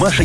Маша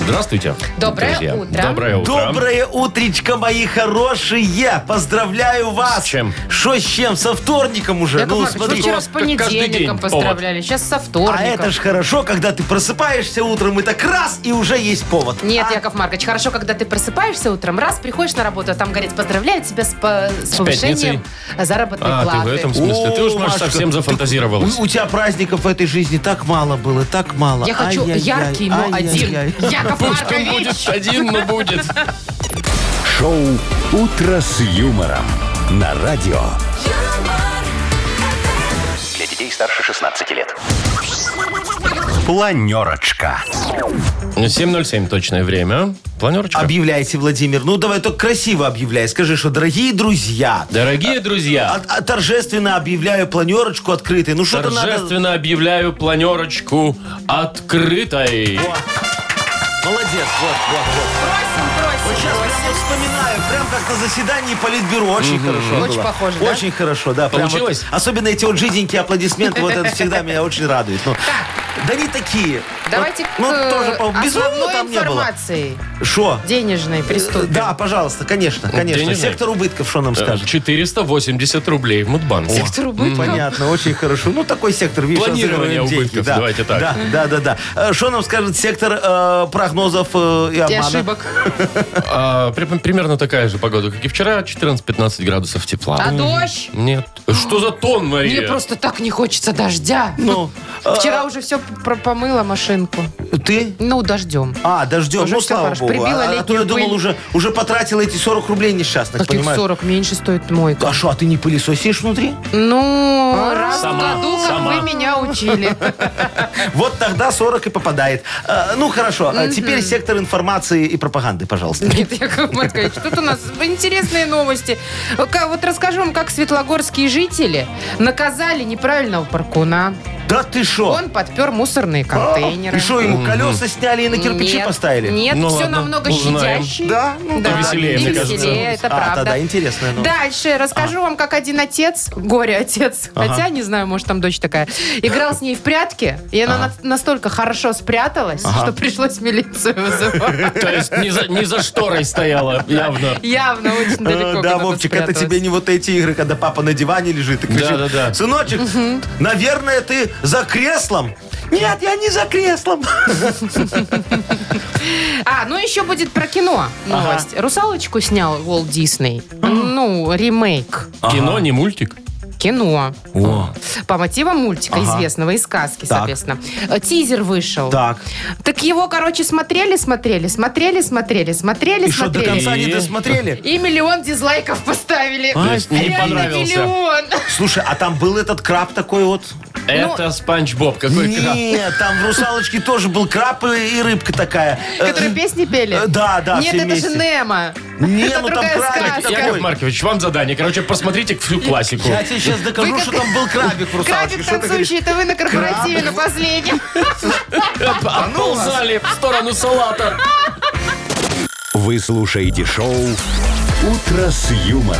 Здравствуйте. Доброе друзья. утро. Доброе утро. Доброе утречко, мои хорошие! Поздравляю вас! С чем? Шо с чем? Со вторником уже? Яков ну, Маркович, смотри. вы вчера с Как каждый понедельником день поздравляли, сейчас со А вторником. это ж хорошо, когда ты просыпаешься утром, и так раз, и уже есть повод. Нет, А? Яков Маркович, хорошо, когда ты просыпаешься утром, раз, приходишь на работу, а там, говорит, поздравляет тебя с, по- с повышением заработной А, ты платы. в этом смысле. Ты уж, О, Маш, Машечка, совсем ты- зафантазировалась. У, у тебя праздников в этой жизни так мало было, так мало. Я хочу Ай-яй-яй, яркий, но один. ай-яй-яй. Яков Маркович! Будет один, но будет. Шоу «Утро с юмором» на радио. Для детей старше 16 лет. Планерочка. 7.07 точное время. Планерочка. Объявляйте, Владимир. Ну, давай только красиво объявляй. Скажи, что, дорогие друзья, Дорогие друзья, а- а торжественно объявляю планерочку открытой. Ну, что-то надо... торжественно объявляю планерочку открытой. О, Молодец, вот, вот, вот. Вот Просим, сейчас прям вот вспоминаю, прям как на заседании политбюро. Очень хорошо Очень было. похоже, да? Очень хорошо, да. прям вот. Получилось? особенно эти вот жиденькие аплодисменты, вот это всегда меня очень радует. Ну, Да не такие. Давайте Ну, к э, тоже, по-моему, безумно основной там не было. информации Шо? денежной приступим. Да, пожалуйста, конечно, конечно. денежный. Сектор убытков, что нам Э, скажет? 480 рублей в Мудбанке. Сектору будет Понятно, очень хорошо. Ну, такой сектор, видишь, Планирование разыгрываем деньги. убытков, давайте так. Да, да, да. да. Что нам скажет сектор э, прогнозов э, и и обмана? ошибок. А, при- примерно такая же погода, как и вчера. 14-15 градусов тепла. А дождь? Нет. Что за тон, Мне Мария? просто так не хочется дождя. Ну, э, Вчера уже все помыла машинку. ты? Ну, дождем. А, дождем, Уже ну, всё слава хорошо. богу. Прибила а, а то я летнюю думал, пыль. уже, уже потратила эти 40 рублей несчастных, Каких понимаешь? 40? Меньше стоит мойка. А что, а ты не пылесосишь внутри? Ну, раз Сама, в году, как сама. вы меня учили. Вот тогда 40 и попадает. Э, ну, хорошо, а теперь сектор информации и пропаганды, пожалуйста. Нет, Яков Маркович, тут у нас интересные новости. Ка- Вот расскажу вам, как светлогорские жители наказали неправильного паркуна. Да ты шо? А? Он подпер мусорные контейнеры. И что, ему колеса сняли и на кирпичи Нет, поставили? Нет, Ну все ладно, намного узнаем. щадяще. Да? Ну, Да, повеселее, и мне веселее, кажется. это А, правда. да-да, интересная новость. Дальше расскажу вам, как один отец, горе-отец, хотя, не знаю, может, там дочь такая, играл с ней в прятки, и она на- настолько хорошо спряталась, что пришлось милицию вызывать. То есть не за, не за шторой стояла, явно. Явно очень далеко. Э, Да, куда-то Вовчик, это спряталась. тебе не вот эти игры, когда папа на диване лежит и кричит. Да-да-да. Сыночек, наверное, ты за креслом. Нет, я не за креслом. А, ну еще будет про кино новость. «Русалочку» снял Уолт Дисней. А. Ну, ремейк. Кино, не мультик. Кино. По мотивам мультика Ага. известного и сказки, Так. соответственно. Э, Тизер вышел. Так. Так его, короче, смотрели, смотрели, смотрели, смотрели, смотрели, И что, до смотрели. конца не И- досмотрели? И миллион дизлайков поставили. То есть не Реально понравился. миллион. Слушай, а там был этот краб такой вот? Ну, Это Спанч Боб. Какой краб. Нет, там в «Русалочке» тоже был краб и и рыбка такая. Э, Которые песни пели? э, Да, да, Нет, все это вместе. же Немо. Не, это ну там другая крабик сказка. такой. Яков Маркович, вам задание. Короче, посмотрите всю классику. Я тебе сейчас докажу, Вы как- что там был крабик в «Русалочке». Крабик Что ты говоришь? танцующий, это вы на корпоративе на последнем. Отползали в сторону салата. Вы слушаете шоу «Утро с юмором»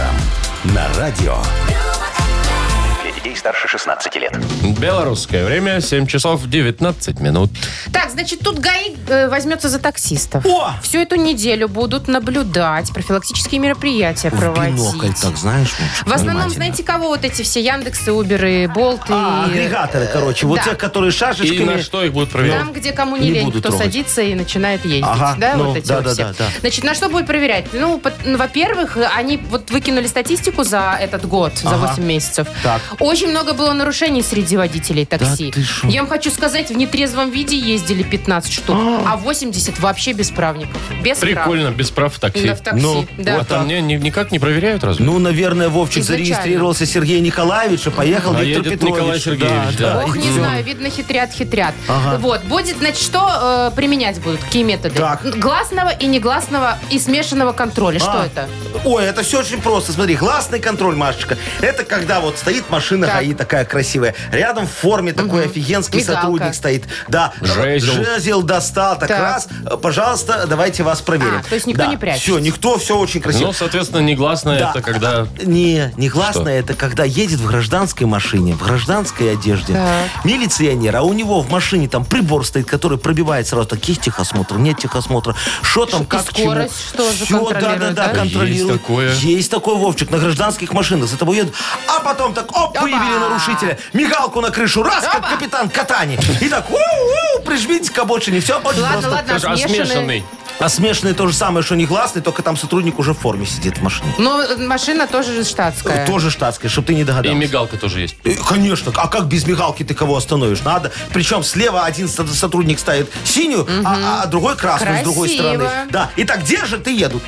на радио. Для детей старше 16 лет. Белорусское время 7 часов 19 минут. Так, значит, тут ГАИ э, возьмется за таксистов. О! Всю эту неделю будут наблюдать, профилактические мероприятия проводить. знаешь, В основном, знаете, кого вот эти все Яндексы, Уберы, Болты. А, агрегаторы, короче, вот Да. те, которые шашечками... И на что их будут проверять? Там, где кому не, Не лень, буду кто трогать. садится и начинает ездить. Ага, Да, ну, вот эти да, вот да, все. да, да. Значит, на что будет проверять? Ну, по- ну, во-первых, они вот выкинули статистику за этот год, за Ага. 8 месяцев. Так. Очень много было нарушений среди водителей такси. Да ты шо? Я вам хочу сказать, в нетрезвом виде ездили 15 штук, а 80 вообще без правников. Без прав. Прикольно, без прав в такси. Да, в такси, Ну, да. вот там не- не- никак не проверяют разве? Ну, наверное, Вовчик Изначально. зарегистрировался Сергей Николаевич, а поехал А Виктор едет Петрович. Николай Сергеевич, да. Ох, и не всё. знаю, видно, хитрят, хитрят. Ага. Вот, будет, значит, что э, применять будут, какие методы? Так. Гласного и негласного и смешанного контроля. Что А. это? Ой, это все очень просто. Смотри, гласный контроль, Машечка. Это когда вот стоит машина Ольга Так. ГАИ такая красивая. Рядом в форме такой офигенский Мигалка. сотрудник стоит. Да, Жезл. жезл достал, так, Так. раз, э, пожалуйста, давайте вас проверим. А, то есть никто Да, не прячется. Все, никто, все очень красиво. Ну, соответственно, негласное Да. это когда... Не, негласное это когда едет в гражданской машине, в гражданской одежде. Так. Милиционер, а у него в машине там прибор стоит, который пробивает сразу, так, есть техосмотр, нет техосмотра, что там, Ш- и как, к чему. скорость что же Всё, да, да, контролирует, да, да? Есть контролирует. такое. Есть такой, Вовчик, на гражданских машинах за тобой едут, а потом так, оп, Опа! выявили нарушителя, мигалку на крышу, раз, как капитан Катани, и так, у-у, прижмитесь к обочине, все, очень Ладно, просто. ладно, а Скажи, а смешанный. смешанный? А смешанный то же самое, что негласный, только там сотрудник уже в форме сидит в машине. Но э, машина тоже штатская. Тоже штатская, чтобы ты не И догадался. мигалка тоже есть. Э, Конечно, а как без мигалки ты кого остановишь? Надо. Причем слева один со- сотрудник ставит синюю, а, а другой красную с другой Красиво. стороны. Да, и так держат и едут.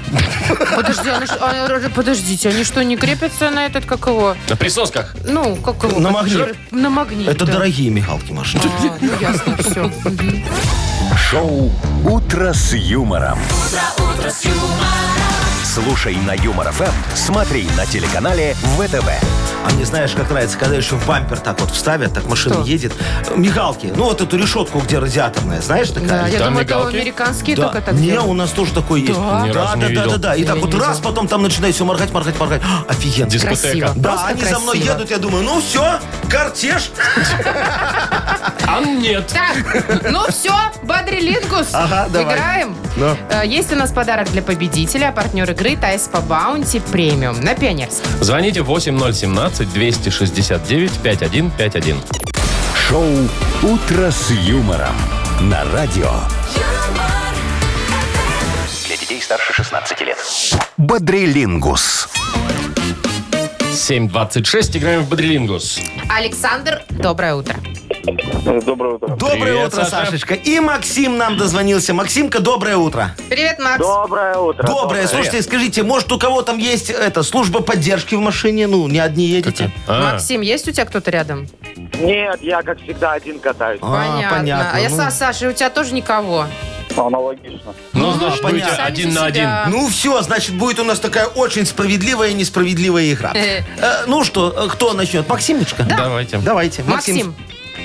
Подожди, они ж- а, подождите, они что, не крепятся на этот, как его? На присосках. Ну, как его? На Как- магнит. На магнит, Это да. дорогие мигалки, Маша. А, ну, ясно, все. Шоу «Утро с юмором». Слушай на Юмор ФМ, смотри на телеканале ВТВ. А мне знаешь, как нравится, когда еще в бампер так вот вставят, так машина Что? едет. Э, Мигалки. Ну, вот эту решетку, где радиаторная, знаешь, Да, такая. я Там думаю, это мигалки? американские Да. только так Не, делают. у нас тоже такой есть. Да? Ни разу не да, да, да, видел. да, да. И так Я вот не раз, видела. потом там начинает все моргать, моргать, моргать. А, Офигенно. Дискотека. Красиво. Да, Просто они за мной красиво. едут, я думаю, ну все, кортеж. А нет. Так, ну все, Бадрилингус, Ага, давай. играем. Ну. Э, Есть у нас подарок для победителя, а партнер игры Тайс по Баунти Премиум на Пионерск. Звоните 8017-269-5151. Шоу «Утро с юмором» на радио. юмор, Для детей старше 16 лет. Бодрилингус. 7.26. Играем в Бодрилингус. Александр, доброе утро. Доброе утро. Доброе Привет, утро, Саша. Сашечка. И Максим нам дозвонился. Максимка, доброе утро. Привет, Макс. Доброе утро. Доброе. Слушайте, скажите, может, у кого там есть это, служба поддержки в машине? Ну, не одни едете? А, Максим, есть у тебя кто-то рядом? Нет, я, как всегда, один катаюсь. А, понятно. А я, Ну, Са- Саша, и у тебя тоже никого. Аналогично. ну, значит, понятно. будете Сами один за на один. себя. ну все, значит, будет у нас такая очень справедливая и несправедливая игра. Э, ну что, э, кто начнет? Максимочка? Давайте. Давайте. Максим,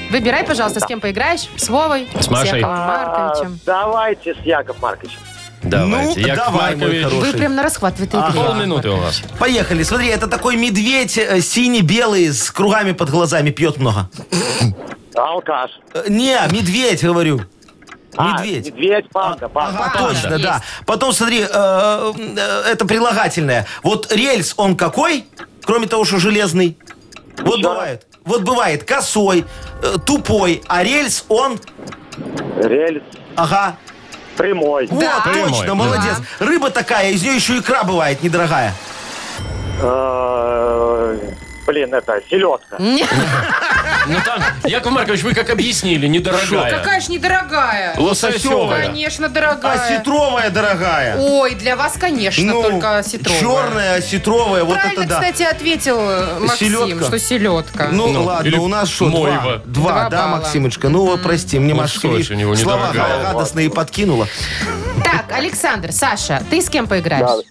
выбирай, пожалуйста, с кем поиграешь. С Вовой, С Машей. Яковом А, Марковичем. давайте с Яков Марковичем. Давайте. Ну, Яков давай, мой Маркович. хороший. Вы прям на расхват в этой игре. Полминуты у вас. Поехали. Смотри, это такой медведь э, синий-белый с кругами под глазами, пьет много. Алкаш. Э, не, медведь, говорю. Медведь. А, медведь, панда, панда. Ага, Панда. точно, Есть. да. Потом смотри, э, э, это прилагательное. Вот рельс, он какой? Кроме того, что железный. Вот Еще раз. бывает. Вот бывает косой, э, тупой, а рельс он... Рельс Ага. прямой. Вот, Прямой, точно, да. молодец. Рыба такая, из нее еще икра бывает недорогая. Э, Блин, это селедка. Ну там, Яков Маркович, вы как объяснили, недорогая. Какая ж недорогая. Лососевая. Конечно, А, дорогая. Осетровая дорогая. Ну, Ой, для вас, конечно, только сетровая. черная, осетровая, вот Правильно, это да. кстати, ответил э, Максим, Селедка. что селедка. Ну, Ну, или ладно, у нас что, Моева. два? Два, Два да, балла. Максимочка? Ну, вот прости, мне Машка, что ж, видишь, у него слова недорогая. радостные подкинула. Так, Александр, Саша, ты с кем Да. поиграешь?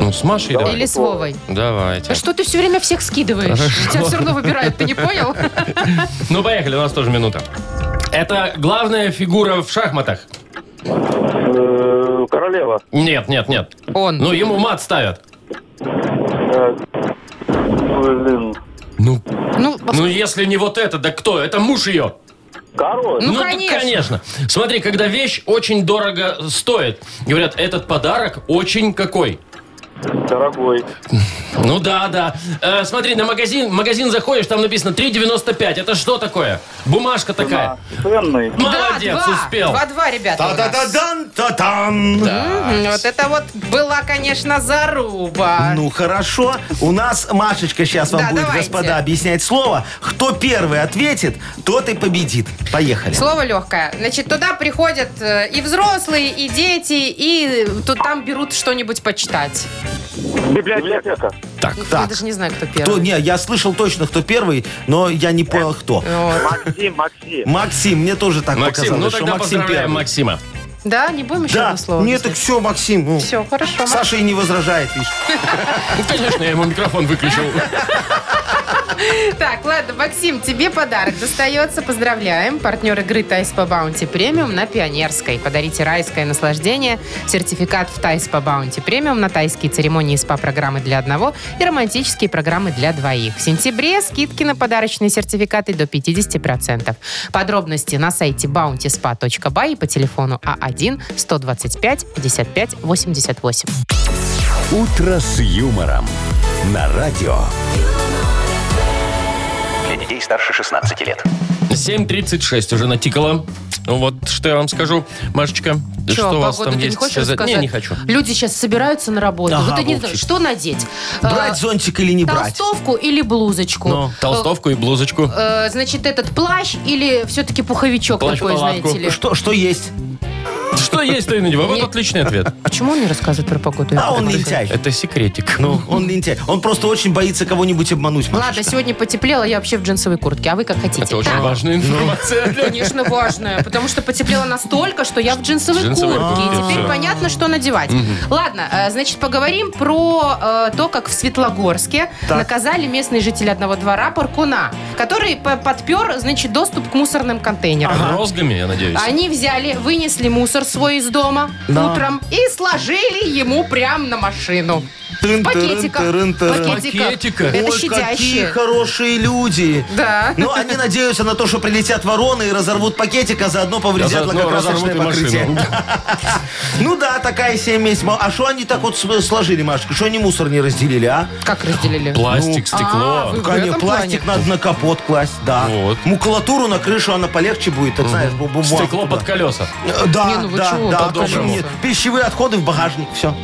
Ну, с Машей давай. Или с Вовой? Давайте. Что ты все время всех скидываешь? Тебя все равно выбирают, ты не понял? Ну, поехали, у нас тоже минута. Это главная фигура в шахматах. Э, Королева. Нет, нет, нет. Он. Ну, ему мат ставят. Э, Блин. Ну, Ну, ну если не вот это, да кто? Это муж ее. Король. Ну, так конечно. конечно. Смотри, когда вещь очень дорого стоит, говорят, этот подарок очень какой. Дорогой. Ну да, да. Э, смотри, на магазин, магазин заходишь, там написано 3,95. Это что такое? Бумажка такая. Ценный. да, Молодец, два. успел. Два-два, ребята. у нас. Та-да-да-дан, та-тан. Мгм, Вот это вот была, конечно, заруба. Ну хорошо, у нас Машечка сейчас вам Да, будет, давайте. господа, объяснять слово. Кто первый ответит, тот и победит. Поехали. Слово легкое. Значит, туда приходят э, и взрослые, и дети, и э, тут там берут что-нибудь почитать. Библиотека. Я Так. даже ну, не знаю, кто первый. Кто, не, я слышал точно, кто первый, но я не понял, кто. Вот. Максим, Максим. Максим, мне тоже так Максим, ну показалось, что тогда Максим поздравляем первый. Максима. Да, не будем еще Да, одно слово. нет, так все, Максим. ну. Все, хорошо. Маш. Саша и не возражает, видишь. Ну, конечно, я ему микрофон выключил. Так, ладно, Максим, тебе подарок достается. Поздравляем. Партнер игры Тайс по Баунти Премиум на Пионерской. Подарите райское наслаждение, сертификат в Тайс по Баунти Премиум на тайские церемонии и СПА-программы для одного и романтические программы для двоих. В сентябре скидки на подарочные сертификаты до 50%. Подробности на сайте bountyspa.by и по телефону А А1-125-55-88. «Утро с юмором» на радио. Для детей старше 16 лет. 7.36 уже натикало. Ну Вот что я вам скажу, Машечка. Чё, что у вас погоду там ты есть не хочешь сказать? рассказать? Не, не хочу. Люди сейчас собираются на работу. Ага, вот они не Вовчик. знают, что надеть. Брать Э, зонтик или не брать? Толстовку или блузочку? Ну, толстовку и блузочку. Э, э, Значит, этот плащ или все-таки пуховичок такой, Плащ-палатку. знаете ли? Что, что есть? Что есть, то и надевай. Вот Нет. отличный ответ. А Почему он не рассказывает про погоду? А он лентяй. Это секретик. Ну, он лентяй. Он просто очень боится кого-нибудь обмануть. Машечка. Ладно, сегодня потеплело, я вообще в джинсовой куртке, а вы как хотите. Это очень Так, важная информация. для- Конечно, важное, потому что потеплело настолько, что я в джинсовой, Джинсовой куртке. куртке, И теперь всё. понятно, что надевать. Ладно, э, значит, поговорим про э, то, как в Светлогорске наказали местные жители одного двора Паркуна, который п- подпер, значит, доступ к мусорным контейнерам. Розгами, я надеюсь. Они взяли, вынесли мусор свой из дома Да. утром и сложили ему прям на машину. В пакетиках. Тын-тырын-тырын-тырын. Пакетиках. Пакетиках. Это Ой, какие щадящие. хорошие люди. Да. Ну, они надеются на то, что прилетят вороны и разорвут пакетик, а заодно повредят Заодно ну, разорвут лакокрасочное и покрытие. машину. Ну да, такая семь мол, А что они так вот с- сложили, Машечка? Что они мусор не разделили, а? Как разделили? Пластик, А, стекло. вы- В Конечно, этом пластик надо на капот класть, да. Вот. Мукулатуру на крышу, она полегче будет, так знаешь, бу- бумагу Стекло туда. под колеса. Э, Да, Не, ну вы да, чего, да, под почему колесо. нет? Пищевые отходы в багажник, все.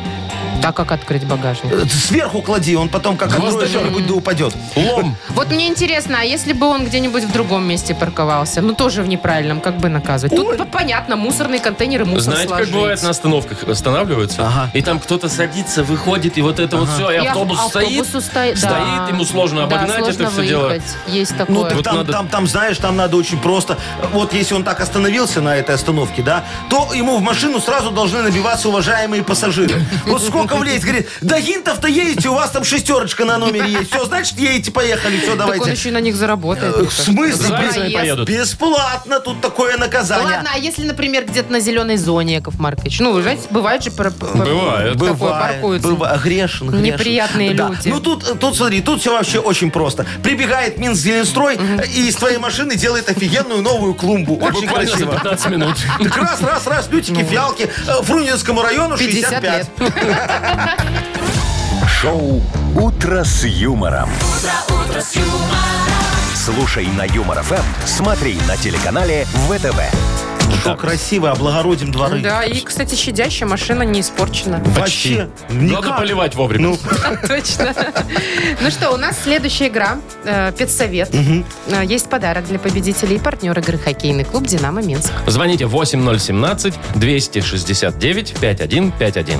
Так как открыть багажник? Сверху клади, он потом как откроешь, Гвоздами. что-нибудь да упадет. Лом. Вот мне интересно, а если бы он где-нибудь в другом месте парковался? Ну, тоже в неправильном, как бы наказывать? Тут по- понятно, мусорные контейнеры мусор Знаете, как сложить. бывает на остановках останавливаются, Ага. и там кто-то садится, выходит, и вот это вот все, и И ав- автобус, автобус стоит, устоит, да. стоит, ему сложно Да, обогнать сложно это все дело. выехать. Есть такое. Ну, так Вот там, надо- там, там, знаешь, там надо очень просто. Вот если он так остановился на этой остановке, да, то ему в машину сразу должны набиваться уважаемые пассажиры. Вот сколько влезет, говорит, до гинтов-то едете, у вас там шестерочка на номере есть. Все, значит, едете, поехали, все, так он давайте. еще и на них заработает. Э, В смысле? Зайцами проезд. поедут. Бесплатно тут такое наказание. Ладно, а если, например, где-то на зеленой зоне, Яков Маркович? Ну, знаете, бывает же... пар- пар- Бывает. такое Бывает, паркуется. быва- грешен, грешен. Неприятные Да. люди. Ну тут, тут смотри, тут все вообще очень просто. Прибегает Минзеленстрой и из твоей машины делает офигенную новую клумбу. Очень Буквально за красиво. 15 минут. Так раз, раз, раз, Ну. лютики, фиалки. Э, Фрунзенскому району 50 лет. 65. Шоу «Утро с юмором». Слушай на Юмор ФМ, смотри на телеканале ВТВ. Что красиво, облагородим дворы. Да, и, кстати, щадящая машина не испорчена. Вообще. никак. Надо поливать вовремя. Ну, Точно. Ну что, у нас следующая игра. э, Педсовет. Э, Есть подарок для победителей и партнер игры хоккейный клуб «Динамо Минск». Звоните 8017-269-5151.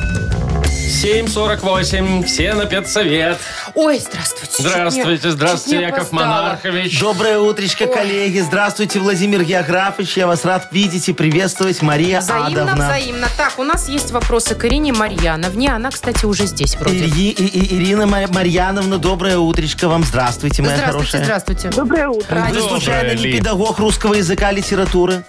7.48, все на педсовет. Ой, здравствуйте. чуть не- чуть Здравствуйте, не здравствуйте, Яков опоздала. Монархович. доброе утречко, коллеги. Здравствуйте, Владимир Географович. Я вас рад видеть и приветствовать. Мария А, Взаимно, Адовна. взаимно. Так, у нас есть вопросы к Ирине Марьяновне. Она, кстати, уже здесь вроде. Ильи- и- и- Ирина Ма- Марьяновна, доброе утречко вам. Здравствуйте, моя здравствуйте, хорошая. здравствуйте. Доброе утро. Вы Доброе, случайно не Ли. педагог русского языка литературы?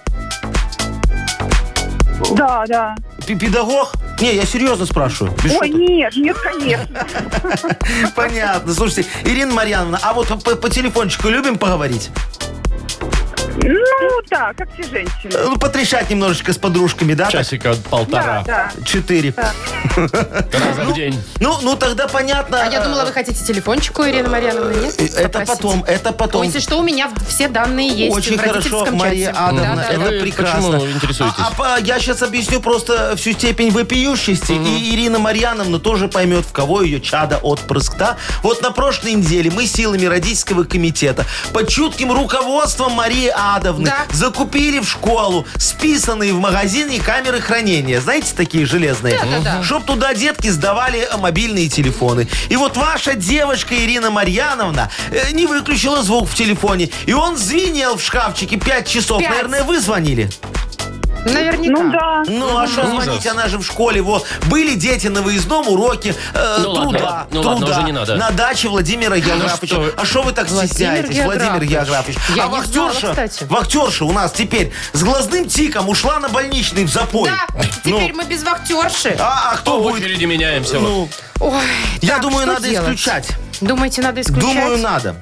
Да, да. П- Педагог? Не, я серьезно спрашиваю. Без Ой, шуток. нет, нет, конечно. Понятно. Слушайте, Ирина Марьяновна, а вот по, по телефончику любим поговорить? Ну, да, как все женщины. Э, Ну, потрещать немножечко с подружками, да? так? Часика полтора. Да, да. Четыре. Раз в день. Ну, ну тогда понятно. А я думала, вы хотите телефончик у Ирины Марьяновны, нет? Э, Это Попросить? потом, это потом. Ой, если что, у меня все данные есть Очень в хорошо, родительском Мария чате. Адамовна, Да-да-да. это Вы прекрасно. почему интересуетесь? А- а по- я сейчас объясню просто всю степень вопиющести, и Ирина Марьяновна тоже поймет, в кого ее чада отпрыск, да? Вот на прошлой неделе мы силами родительского комитета под чутким руководством Марии Адовны Да. закупили в школу списанные в магазине камеры хранения. Знаете, такие железные? Да-да-да. Чтоб туда детки сдавали э, мобильные телефоны. И вот ваша девочка Ирина Марьяновна э, не выключила звук в телефоне. И он звенел в шкафчике 5 часов. Пять. Наверное, вы звонили. Э, Наверняка. Ну да. Ну, а что Ужас. звонить, она же в школе. Вот. Были дети на выездном уроке э, Ну ладно, труда. ну труда ладно, уже не надо. Ну На даче Владимира Яграфовича. что вы. а что вы так Владимир стесняетесь, Владимир Яграфович? Яграфович? Я а не знала, кстати. вахтерша у нас теперь с глазным тиком ушла на больничный в запой. Ну, Да, теперь мы без вахтерши. А, а кто По будет? очереди меняемся. вот. Ну, Ой, я так, думаю, что надо делать? исключать. Думаете, надо исключать? Думаю, надо.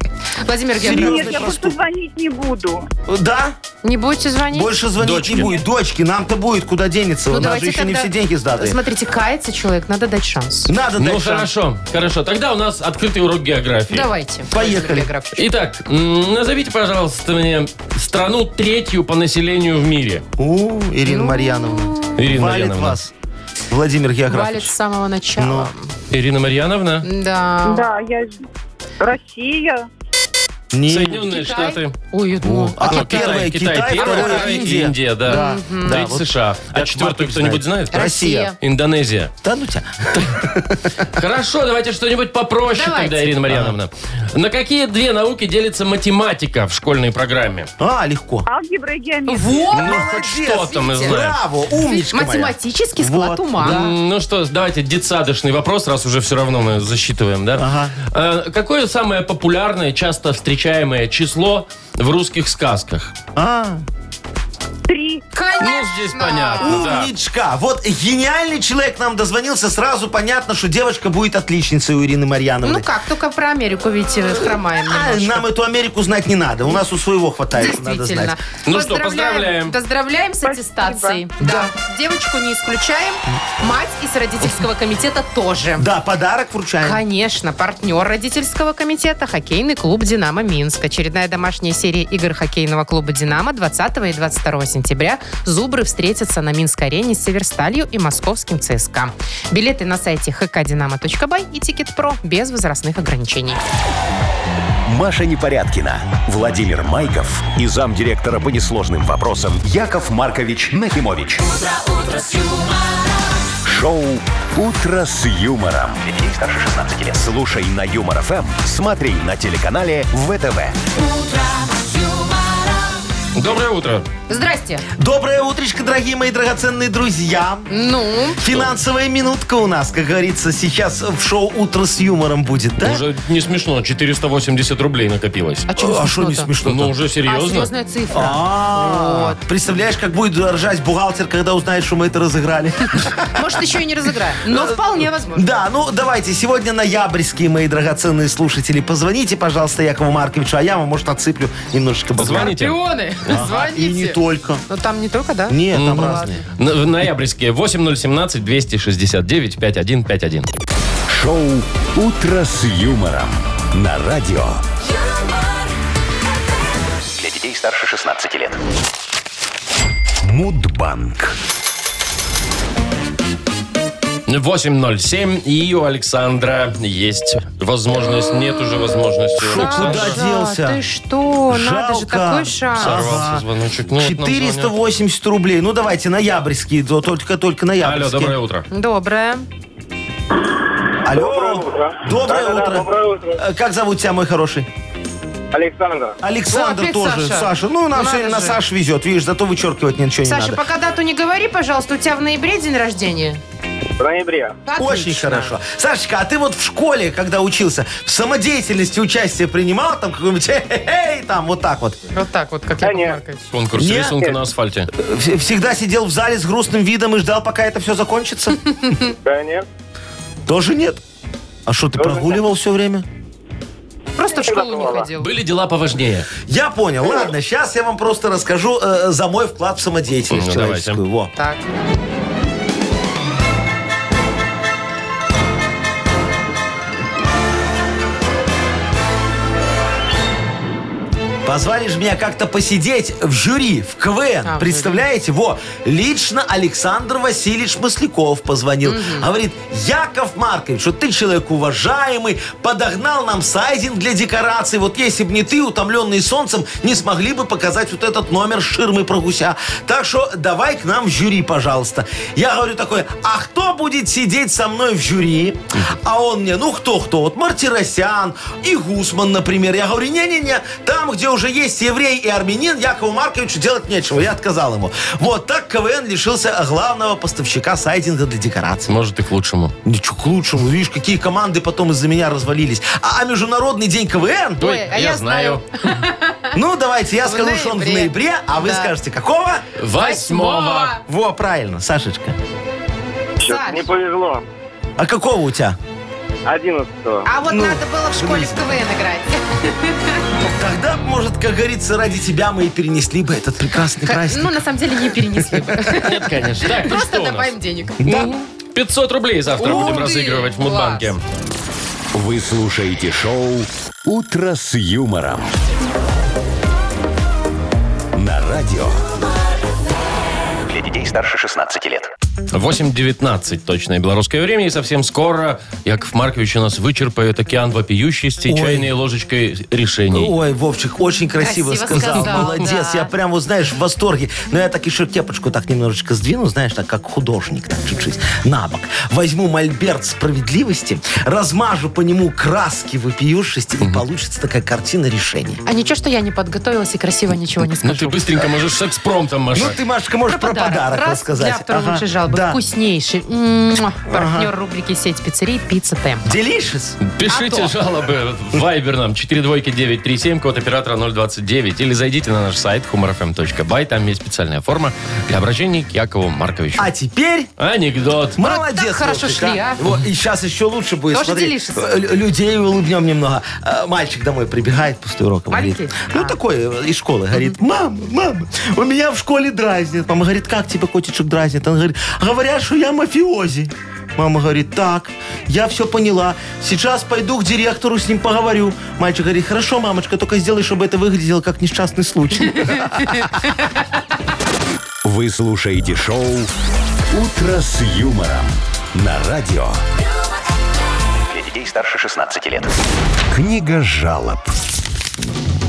Владимир Серьезно? Георгиевич, Нет, я просто проступок. звонить не буду. Да? не будете звонить? Больше звонить Дочке. не будет. Дочки, нам-то будет куда денется. Ну, У нас давайте же еще не тогда- все деньги сдаты. Смотрите, кается человек, надо дать шанс. Надо Ну дать шанс. хорошо, хорошо. Тогда у нас открытый урок географии. Ну, Давайте. Поехали. Владимир Георгиевич. Итак, м, назовите, пожалуйста, мне страну третью по населению в мире. У, Ну, Ирина Марьяновна. Ирина Валит Марьяновна. вас. Владимир Валит с Географович. самого начала. Ирина Марьяновна. Да. Да, я... Россия. Не. Соединенные Китай? Штаты. Ой, О, ну, а Ну, то первое Китай, первое, второе второе Индия. Индия, да. Да, да, Третье вот США. А Яков четвертую Маркович кто-нибудь знает? Россия. Индонезия. Да ну тебя. Хорошо, давайте что-нибудь попроще Давайте. тогда, Ирина Марьяновна. На какие две науки делится математика в школьной программе? А, легко. Алгебра и геометрия. вот Ну, хоть Молодец, что-то мы видите? знаем. Браво, умничка моя. математический склад Вот, ума. М, Ну что, давайте детсадочный вопрос, раз уже все равно мы засчитываем, да? Э, Какое самое популярное, часто встречаемое число в русских сказках? А, Три. Э, Ну, здесь понятно, да. умничка. Вот гениальный человек нам дозвонился. Сразу понятно, что девочка будет отличницей у Ирины Марьяновны. Ну как, только про Америку ведь э, хромаем А, немножко. нам эту Америку знать не надо. У нас у своего хватает, надо Действительно. знать. Ну что, поздравляем. Поздравляем с Спасибо. аттестацией. Да. Девочку не исключаем, мать из родительского комитета тоже. Да, подарок вручаем. Конечно, партнер родительского комитета – хоккейный клуб «Динамо Минск». Очередная домашняя серия игр хоккейного клуба «Динамо» 20 и 22 сентября. «Зубры» встретятся на Минск-арене с «Северсталью» и московским ЦСКА. Билеты на сайте hkdinamo.by и «Тикет.Про» без возрастных ограничений. Маша Непорядкина, Владимир Майков и замдиректора по несложным вопросам Яков Маркович Нахимович. Шоу Утро с юмором. Для детей старше 16 лет. Слушай на юмор ФМ, смотри на телеканале ВТВ. Доброе утро. Здрасте. Доброе утречко, дорогие мои драгоценные друзья. Ну, Финансовая минутка у нас, как говорится, сейчас в шоу «Утро с юмором» будет, да? Уже не смешно, 480 рублей накопилось. а что А что не смешно? Ну, уже А, серьезно. серьезная цифра. А, Представляешь, как будет ржать бухгалтер, когда узнает, что мы это разыграли? Может, еще и не разыграем. Но вполне возможно. Да, ну давайте, сегодня ноябрьские мои драгоценные слушатели. Позвоните, пожалуйста, Якову Марковичу, а я вам, может, отсыплю немножечко бабла. Звоните. Шпионы, Ага, звоните. И не только. Ну, там не только, да? Нет, там разные. На- в Ноябрьские 8017 269 5151. Шоу Утро с юмором на радио. Для детей старше 16 лет. Мудбанк. 807 и у Александра есть возможность. Нет уже возможности. у Шо, Александра. куда Да, делся? ты что? Надо же, Жалко. такой шанс. Сорвался Ага. звоночек. Ну, вот нам 480 рублей. Ну давайте, ноябрьские, то- только-только звонят. Алло, ноябрьские. доброе утро. Доброе. Алло. Доброе Да-да-да, утро. доброе утро. Э, Как зовут тебя, мой хороший? Александр. Александр О, опять тоже. Ну, Саша. Саша. Ну, нам Надо все на же. Саш везет. Видишь, зато вычеркивать ничего не Саша, надо. пока дату не говори, пожалуйста, у тебя в ноябре день рождения. В ноябре. Очень Отлично. хорошо. Сашечка, а ты вот в школе, когда учился, в самодеятельности участие принимал, там какой-нибудь «Эй-эй-эй», там вот так вот. Вот так вот, как я нет. Маркович. Конкурс Нет. рисунка на асфальте. В- Всегда сидел в зале с грустным видом и ждал, пока это все закончится? Да, нет. Тоже нет. А что, ты Тоже прогуливал все время? Просто в школу не готова. ходил. Были дела поважнее. Я понял. Ладно, сейчас я вам просто расскажу э, за мой вклад в самодеятельность Ну, давайте. человеческую. Во. Так. Позвали же меня как-то посидеть в жюри, в КВН. А, в Представляете? Во, лично Александр Васильевич Масляков позвонил. Говорит, Яков Маркович, вот ты человек уважаемый, подогнал нам сайдинг для декораций. Вот если бы не ты, утомленный солнцем, не смогли бы показать вот этот номер с ширмы про гуся. Так что давай к нам в жюри, пожалуйста. Я говорю такой, а кто будет сидеть со мной в жюри? А он мне, ну кто-кто, вот Мартиросян и Гусман, например. Я говорю, не-не-не, там, где уже есть еврей и армянин, Якову Марковичу делать нечего. Я отказал ему. Вот так КВН лишился главного поставщика сайдинга для декораций. Может, и к лучшему. Ничего к лучшему. Видишь, какие команды потом из-за меня развалились. А, а Международный день КВН? Ой, а я Ну, давайте, я скажу, что он в ноябре. ноябре, а вы Да. скажете, какого? Восьмого. Во, правильно, Сашечка. Саш, Не повезло. А какого у тебя? 11 а вот Ну, надо было в школе в КВН играть. Тогда, может, как говорится, ради тебя мы и перенесли бы этот прекрасный праздник. Ну, на самом деле, не перенесли бы. Нет, конечно. Так, ну что Просто у нас? добавим денег. 500 рублей завтра Ух будем ты, разыгрывать в Мудбанке. Вы слушаете шоу «Утро с юмором». На радио. Для детей старше 16 лет. 8.19 точное белорусское время. И совсем скоро Яков Маркович у нас вычерпает океан вопиющести Ой. чайной ложечкой решений. Ой, Вовчик, очень красиво, ну, Красиво сказал. сказал, Молодец. да. Я прям, вот знаешь, в восторге. Но я так еще кепочку так немножечко сдвину, знаешь, так как художник, так чуть-чуть, на бок. Возьму мольберт справедливости, размажу по нему краски вопиюшести, и получится такая картина решений. А ничего, что я не подготовилась и красиво ничего не Ну ты скажу. быстренько можешь с экспромтом, Маша. Ну, ты, Машка, можешь про подарок, Раз рассказать. для автора Ага. лучшей жалобы. Да. Вкуснейший. Муа. Партнер рубрики «Сеть пиццерий» «Пицца Темп». Делишес? А Пишите жалобы в Viber нам 42937, код оператора 029. Или зайдите на наш сайт humorfm.by. Там есть специальная форма для обращения к Якову Марковичу. А теперь Анекдот. Молодец, так хорошо Вовчик, шли, а. Вот, и сейчас еще лучше будет. Тоже Смотри, делишься? э, лю- людей улыбнем немного. Э, Мальчик домой прибегает после урока, говорит. Маленький? Ну, А. такой э, из школы. Говорит, мама, мама, у меня в школе дразнит. Мама говорит, как тебя котичек дразнит? Он говорит, говорят, что я мафиози. Мама говорит, так, я все поняла. Сейчас пойду к директору, с ним поговорю. Мальчик говорит, хорошо, мамочка, только сделай, чтобы это выглядело как несчастный случай. Вы слушаете шоу «Утро с юмором». На радио. Для детей старше 16 лет. Книга жалоб.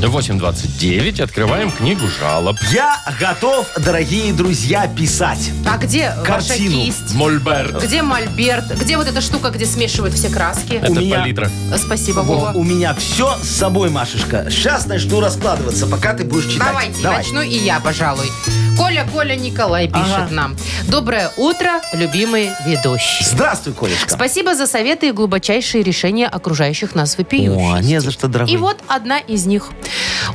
8.29. Открываем книгу жалоб. Я готов, дорогие друзья, писать. А где ваша Картину. кисть? Мольберт. Где мольберт? Где вот эта штука, где смешивают все краски? Это меня- палитра. Спасибо, Во, Вова. у меня все с собой, Машечка. Сейчас начну раскладываться, пока ты будешь читать. Давайте, Давай. начну и я, пожалуй. Коля, Коля, Николай пишет Ага. нам. Доброе утро, любимые ведущие. Здравствуй, Колечка. Спасибо за советы и глубочайшие решения окружающих нас О, вопиющих. не за что, дорогой. И вот одна из них.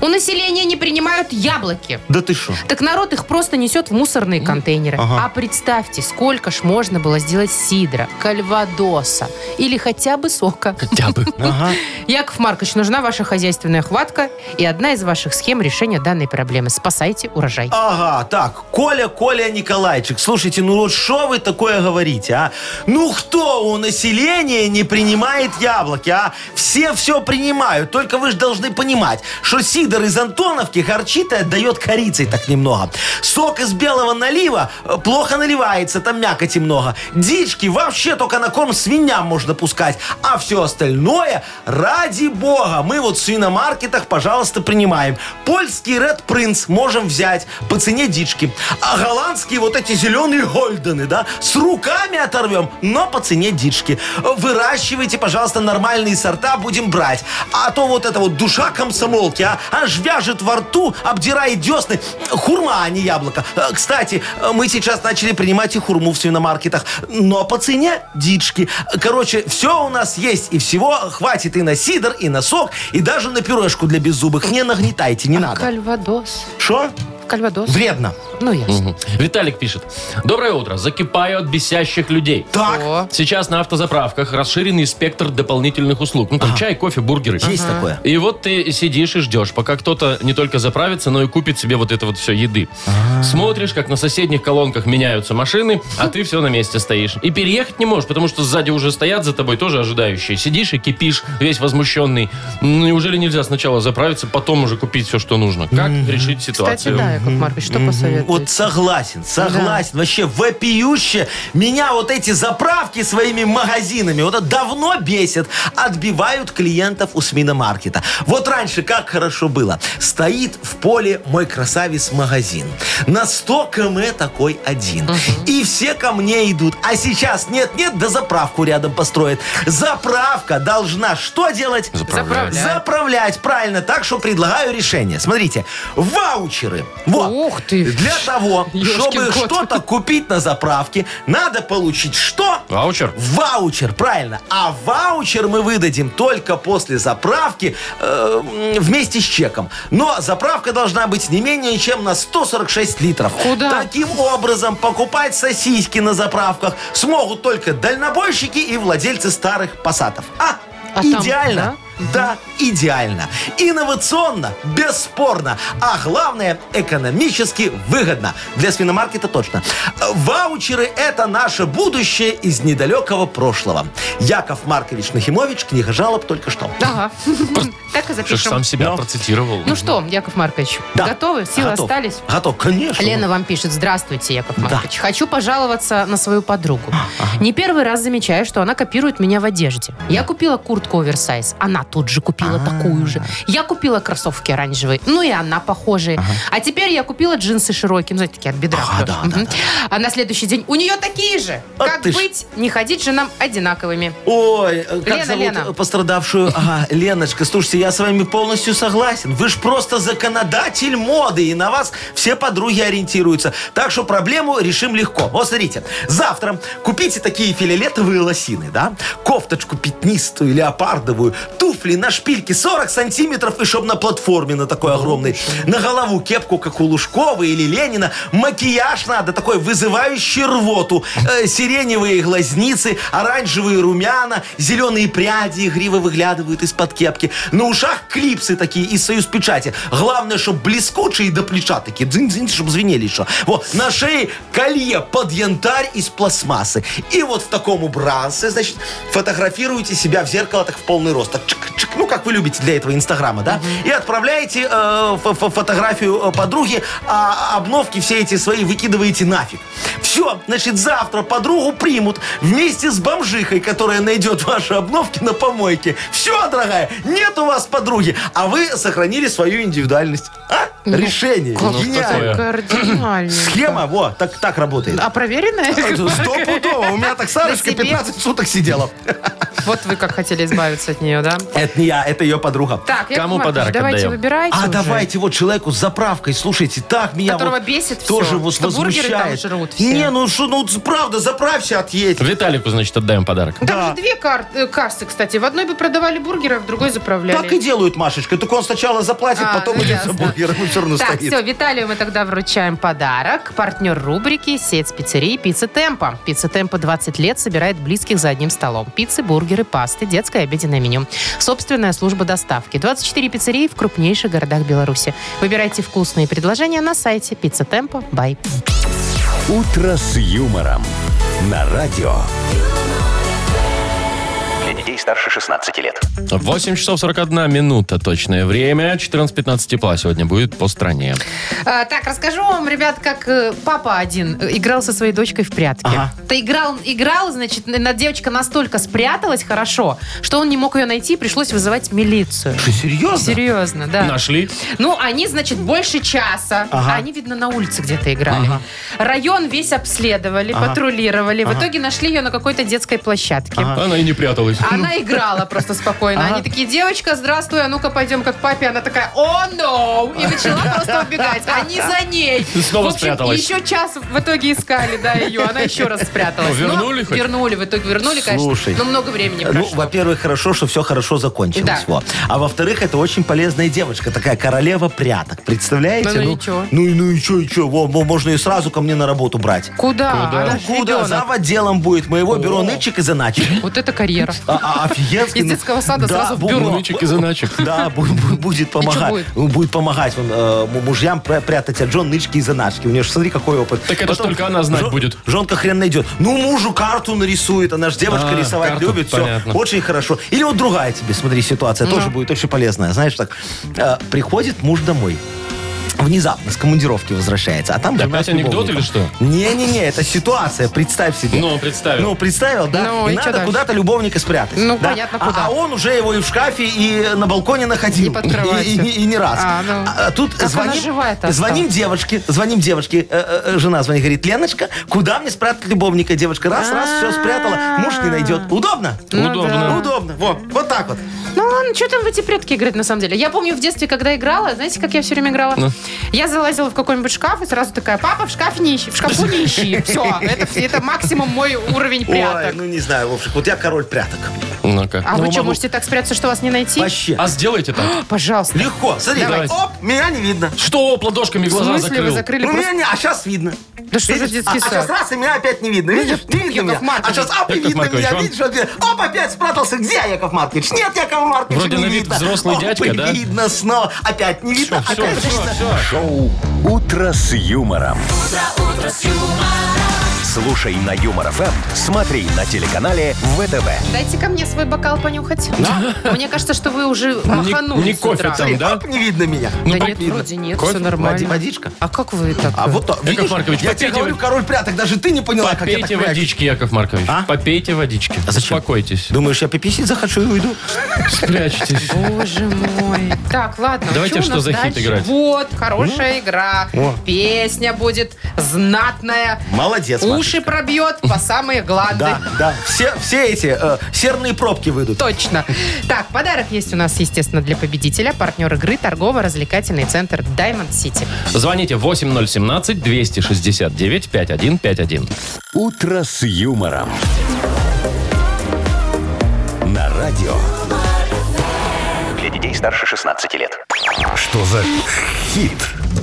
У населения не принимают яблоки. Да ты что? Так народ их просто несет в мусорные контейнеры. Ага. А представьте, сколько ж можно было сделать сидра, кальвадоса или хотя бы сока. Хотя бы. Ага. Яков Маркович, нужна ваша хозяйственная хватка и одна из ваших схем решения данной проблемы. Спасайте урожай. Ага, так, Коля, Коля, Николайчик, слушайте, ну вот что вы такое говорите, а? Ну кто у населения не принимает яблоки, а? Все все принимают, только вы же должны понимать, что сидор из Антоновки харчитая дает корицей так немного. Сок из белого налива э, плохо наливается, там мякоти много. Дички вообще только на корм свиням можно пускать, а все остальное ради бога. Мы вот в свиномаркетах, пожалуйста, принимаем. Польский Red Prince можем взять по цене дички. А голландские вот эти зеленые гольдены, да, с руками оторвем, но по цене дички. Выращивайте, пожалуйста, нормальные сорта, будем брать. А то вот эта вот душа комсомолки, а, аж вяжет во рту, обдирает десны. Хурма, а не яблоко. Э, Кстати, э, мы сейчас начали принимать и хурму в свиномаркетах, но по цене дички. Короче, все у нас есть и всего хватит и на сидр, и на сок, и даже на пюрешку для беззубых. Не нагнетайте, не надо. Кальвадос. Что? Кальвадос. Вредно. Ну, ясно. Виталик пишет. Доброе утро. Закипаю от бесящих людей. Так. О, Сейчас на автозаправках расширенный спектр дополнительных услуг. Ну, там чай, кофе, бургеры. Есть такое. И вот ты сидишь и ждешь, пока кто-то не только заправится, но и купит себе вот это вот все еды. Смотришь, как на соседних колонках меняются машины, а ты все на месте стоишь. И переехать не можешь, потому что сзади уже стоят за тобой тоже ожидающие. Сидишь и кипишь, весь возмущенный. Ну, Неужели нельзя сначала заправиться, потом уже купить все, что нужно? Как решить кстати, ситуацию? да, Яков Маркович, что Вот посоветуете? согласен, согласен. Вообще вопиюще меня вот эти заправки своими магазинами вот это давно бесит. Отбивают клиентов у Сминомаркета. Вот раньше как хорошо было. Стоит в поле мой красавец магазин. На 100 км такой один. И все ко мне идут. А сейчас нет-нет, да заправку рядом построят. Заправка должна что делать? Заправлять. Заправлять, правильно. Так что предлагаю решение. Смотрите, ваучеры. Вот. Ух ты. Для того, Ёшкин чтобы кот. что-то купить на заправке, надо получить что? Ваучер? Ваучер, правильно. А ваучер мы выдадим только после заправки э, м, вместе с чеком. Но заправка должна быть не менее чем на 146 литров. Куда? Таким образом, покупать сосиски на заправках смогут только дальнобойщики и владельцы старых пассатов. А, А там, идеально. да? Да, идеально. Инновационно, бесспорно. А главное, экономически выгодно. Для свиномаркета точно. Ваучеры – это наше будущее из недалекого прошлого. Яков Маркович Нахимович, книга жалоб только что. Ага. Так и Ты ж запишем. сам себя процитировал. Ну что, Яков Маркович, Да. готовы? Силы Готов. остались? Готов, конечно. Лена вам пишет, здравствуйте, Яков Маркович. Хочу пожаловаться на свою подругу. Не первый раз замечаю, что она копирует меня в одежде. Я купила куртку оверсайз, она тут же А. купила такую же. Я купила кроссовки оранжевые, ну и она похожие. А теперь я купила джинсы широкие, ну, знаете, такие от бедра. Ага, да, Мгм. да, да. А на следующий день у нее такие же. А Как ты ж. быть, не ходить же нам одинаковыми. Ой, э, как Лена, зовут Лена. пострадавшую? Ага, Леночка, слушайте, я с вами полностью согласен. Вы же просто законодатель моды, и на вас все подруги ориентируются. Так что проблему решим легко. Вот смотрите, завтра купите такие филилетовые лосины, да? Кофточку пятнистую, леопардовую, туфли на шпильке 40 сантиметров, и чтоб на платформе на такой огромной. На голову кепку, как у Лужкова или Ленина. Макияж надо такой вызывающий рвоту. Э, сиреневые глазницы, оранжевые румяна, зеленые пряди игриво выглядывают из-под кепки. На ушах клипсы такие из союз печати. Главное, чтобы блескучие до плеча такие, дзынь-дзынь, чтобы звенели еще. Вот, на шее колье под янтарь из пластмассы. И вот в таком убранстве, значит, фотографируете себя в зеркало так в полный рост. Так чик-чик, ну, как вы любите для этого Инстаграма, да? И отправляете э, фо- фо- фотографию э, подруги, а обновки все эти свои выкидываете нафиг. Все, значит, завтра подругу примут вместе с бомжихой, которая найдет ваши обновки на помойке. Все, дорогая, нет у вас подруги, а вы сохранили свою индивидуальность. А? Решение. Ну, Гениально. такое. Кардинально. Схема, во, так, так работает. А проверенная? Яков Маркович? Стопудово. У меня так Сарочка На себе. 15 суток сидела. Вот вы как хотели избавиться от нее, да? Это не я, это ее подруга. Так, Яков Кому Маркович, подарок давайте отдаем? выбирайте А уже. давайте вот человеку с заправкой, слушайте, так меня Которого вот бесит всё, тоже вот что бургеры там возмущает. жрут все. Не, ну что, ну правда, заправься, отъедь. Виталику, значит, отдаем подарок. Там же две кар- э, кассы, кстати. В одной бы продавали бургеры, а в другой заправляли. Так и делают, Машечка. Только он сначала заплатит, А, потом ну идет ясно. за бургером и все равно Так, стоит. все, Виталию мы тогда вручаем подарок. Партнер рубрики «Сеть пиццерий Пицца Темпа». Пицца Темпа 20 лет собирает близких за одним столом. Пиццы, бургеры, пасты, детское обеденное меню. Собственная служба доставки. 24 пиццерии в крупнейших городах Беларуси. Выбирайте вкусные предложения на сайте «Пицца Темпа». Бай. «Утро с юмором» на радио. Для детей старше 16 лет. 8 часов 41 минута точное время. 14-15 тепла сегодня будет по стране. А, так, расскажу вам, ребят, как э, папа один э, играл со своей дочкой в прятки. Ага. Да играл, играл, значит, на девочка настолько спряталась хорошо, что он не мог ее найти, пришлось вызывать милицию. Ты серьезно? Серьезно, да. Нашли. Ну, они, значит, больше часа. Ага. А Они, видно, на улице где-то играли. Район весь обследовали, патрулировали. В итоге нашли ее на какой-то детской площадке. Она и не пряталась. Она она играла просто спокойно. Они такие, девочка, здравствуй, а ну-ка пойдем как папе. Она такая, о, no! И начала просто убегать. Они за ней. И снова в общем, спряталась. еще час в итоге искали, да, ее. Она еще раз спряталась. Ну, вернули Но хоть? Вернули, в итоге вернули, конечно. Слушай. Но много времени Ну, прошло. во-первых, хорошо, что все хорошо закончилось. Да. Во. А во-вторых, это очень полезная девочка, такая королева пряток. Представляете? Ну, ну и чё? Ну, и- ну и чё, и чё? Во, во, можно ее сразу ко мне на работу брать. Куда? Она Ну, ж Куда? ребенок. Зав. отделом будет. Моего бюро нычек и заначек. Вот это карьера. А- а, Офигенский. Из детского сада Да, сразу в бу- бюро. Нычек и заначек. Да, бу- бу- будет помогать. будет? Ну, Будет помогать он, э, му- мужьям пря- прятать от жен нычки и заначки. У нее ж, смотри, какой опыт. Так это ж только она знать жен- будет. Жонка хрен найдет. Ну, мужу карту нарисует. Она же девочка А, рисовать карту, любит. Все, понятно. очень хорошо. Или вот другая тебе, смотри, ситуация Ну. тоже будет очень полезная. Знаешь, так, э, приходит муж домой. Внезапно с командировки возвращается. А там Да жена опять с анекдот или что? Не-не-не, это ситуация, представь себе. Ну, представил. Ну, представил, да? Ну, и и чё надо дальше? куда-то любовника спрятать. Ну, да? понятно, А- куда. А, он уже его и в шкафе, и на балконе находил. И под кроватью. И, и- и не раз. А, ну. А, а тут Как она звоним, живая-то звоним осталась? девочке, звоним девочке. Э, э, э, жена звонит, говорит, Леночка, куда мне спрятать любовника? Девочка раз, раз, все спрятала, муж не найдет. Удобно? Ну Удобно. да. Удобно. Во, вот так вот. Ну ладно, что там в эти предки играть на самом деле? Я помню в детстве, когда играла, знаете, как я все время играла? Ну. Я залазила в какой-нибудь шкаф и сразу такая, папа, в шкаф не ищи, в шкафу не ищи. Все, это, это максимум мой уровень Ой, пряток. ну не знаю, Вовчик, вот я король пряток. Ну-ка. а вы что, могу. можете так спрятаться, что вас не найти? Вообще. А сделайте так. Пожалуйста. Легко. Смотри, Давайте. оп, меня не видно. Что оп, ладошками В глаза смысле вы закрыл? закрыли? Ну, просто- меня не, а сейчас видно. Да что за Видишь? детский а, сейчас сад? раз, и меня опять не видно. Видишь? Не видно Яков меня. Маркович. А сейчас, ап, и Яков видно Маркович, меня. вам- Видишь, вот я- оп, опять спрятался. Где Яков Маркович? Нет, Яков Маркович, Вроде не на вид видно. взрослый Оп, дядька, и да? видно снова. Опять не А видно. Всё, опять всё, видно. всё. Шоу «Утро с юмором». Слушай на Юмор ФМ, смотри на телеканале ВТВ. Дайте ко мне свой бокал понюхать. Мне кажется, что вы уже Не- маханули не с кофе утра. там, да? Оп, не видно меня. да так нет, видно. вроде нет, Кофе? все нормально. Води- водичка? А как вы так? А вот то, видишь? Маркович, я попейте тебе говорю, вы- король пряток, даже ты не поняла, как я так Попейте прячусь. водички, Яков Маркович. А? Попейте водички. А зачем? Успокойтесь. Думаешь, я пиписить захочу и уйду? Спрячьтесь. Боже мой. Так, ладно. Давайте у что нас за хит дальше? играть? Вот, хорошая игра. О. Песня будет знатная. Молодец, Уши пробьет по самые гланды. Да, да. Все, все эти э, серные пробки выйдут. Точно. Так, подарок есть у нас, естественно, для победителя. Партнер игры торгово-развлекательный центр Diamond City. Звоните 8017-269-5151. «Утро с юмором». На радио. Для детей старше 16 лет. Что за хит?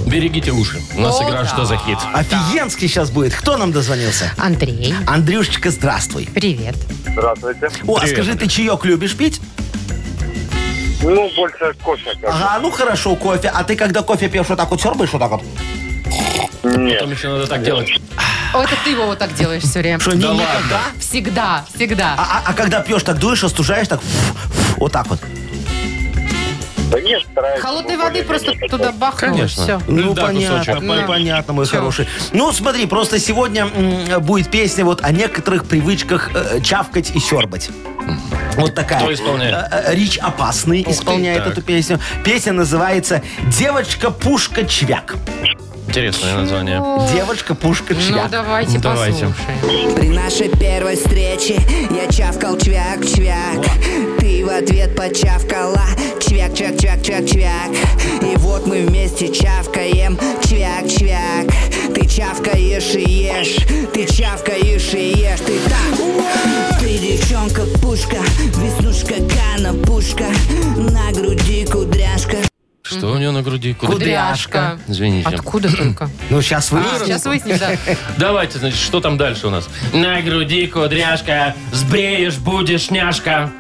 Берегите уши. У нас О, игра да. «Что за хит?» Офигенский сейчас будет. Кто нам дозвонился? Андрей, Андрюшечка, здравствуй. привет. Здравствуйте. О, а Привет, скажи, ты чаек любишь пить? Ну, больше кофе как. Ага, ну хорошо, кофе. А ты когда кофе пьешь, вот так вот сербаешь, вот так вот? Нет. Потом еще надо так делать. О, это ты его вот так делаешь все время. Что, не- Да никогда? ладно. Всегда, всегда. А, а- а когда пьешь, так дуешь, остужаешь, так фу, фу, вот так вот. Да нет, стараюсь. Холодной Ну, воды более-менее просто такой. туда бахнуло. Конечно. Все. Ну, Ну, да, понятно, кусочек. пон- Ну. понятно, мой Чё? хороший. Ну, смотри, просто сегодня м, будет песня вот о некоторых привычках э, чавкать и сербать. Вот такая. Кто исполняет? Э, э, Рич Опасный исполняет Так. эту песню. Песня называется «Девочка-пушка-чвяк». Интересное название. «Девочка-пушка-чвяк». Ну, давайте Давайте. послушаем. При нашей первой встрече я чавкал чвяк-чвяк Ты в ответ почавкала чвяк-чвяк-чвяк-чвяк-чвяк И вот мы вместе чавкаем чвяк-чвяк Ты чавкаешь и ешь, ты чавкаешь и ешь Ты так, ты девчонка-пушка, веснушка канапушка На груди кудряшка Что у нее на груди? Куда? Кудряшка. Извините. Откуда только? Ну, сейчас вы... А, сейчас выясним, да. Давайте, значит, что там дальше у нас? На груди кудряшка, сбреешь, будешь няшка.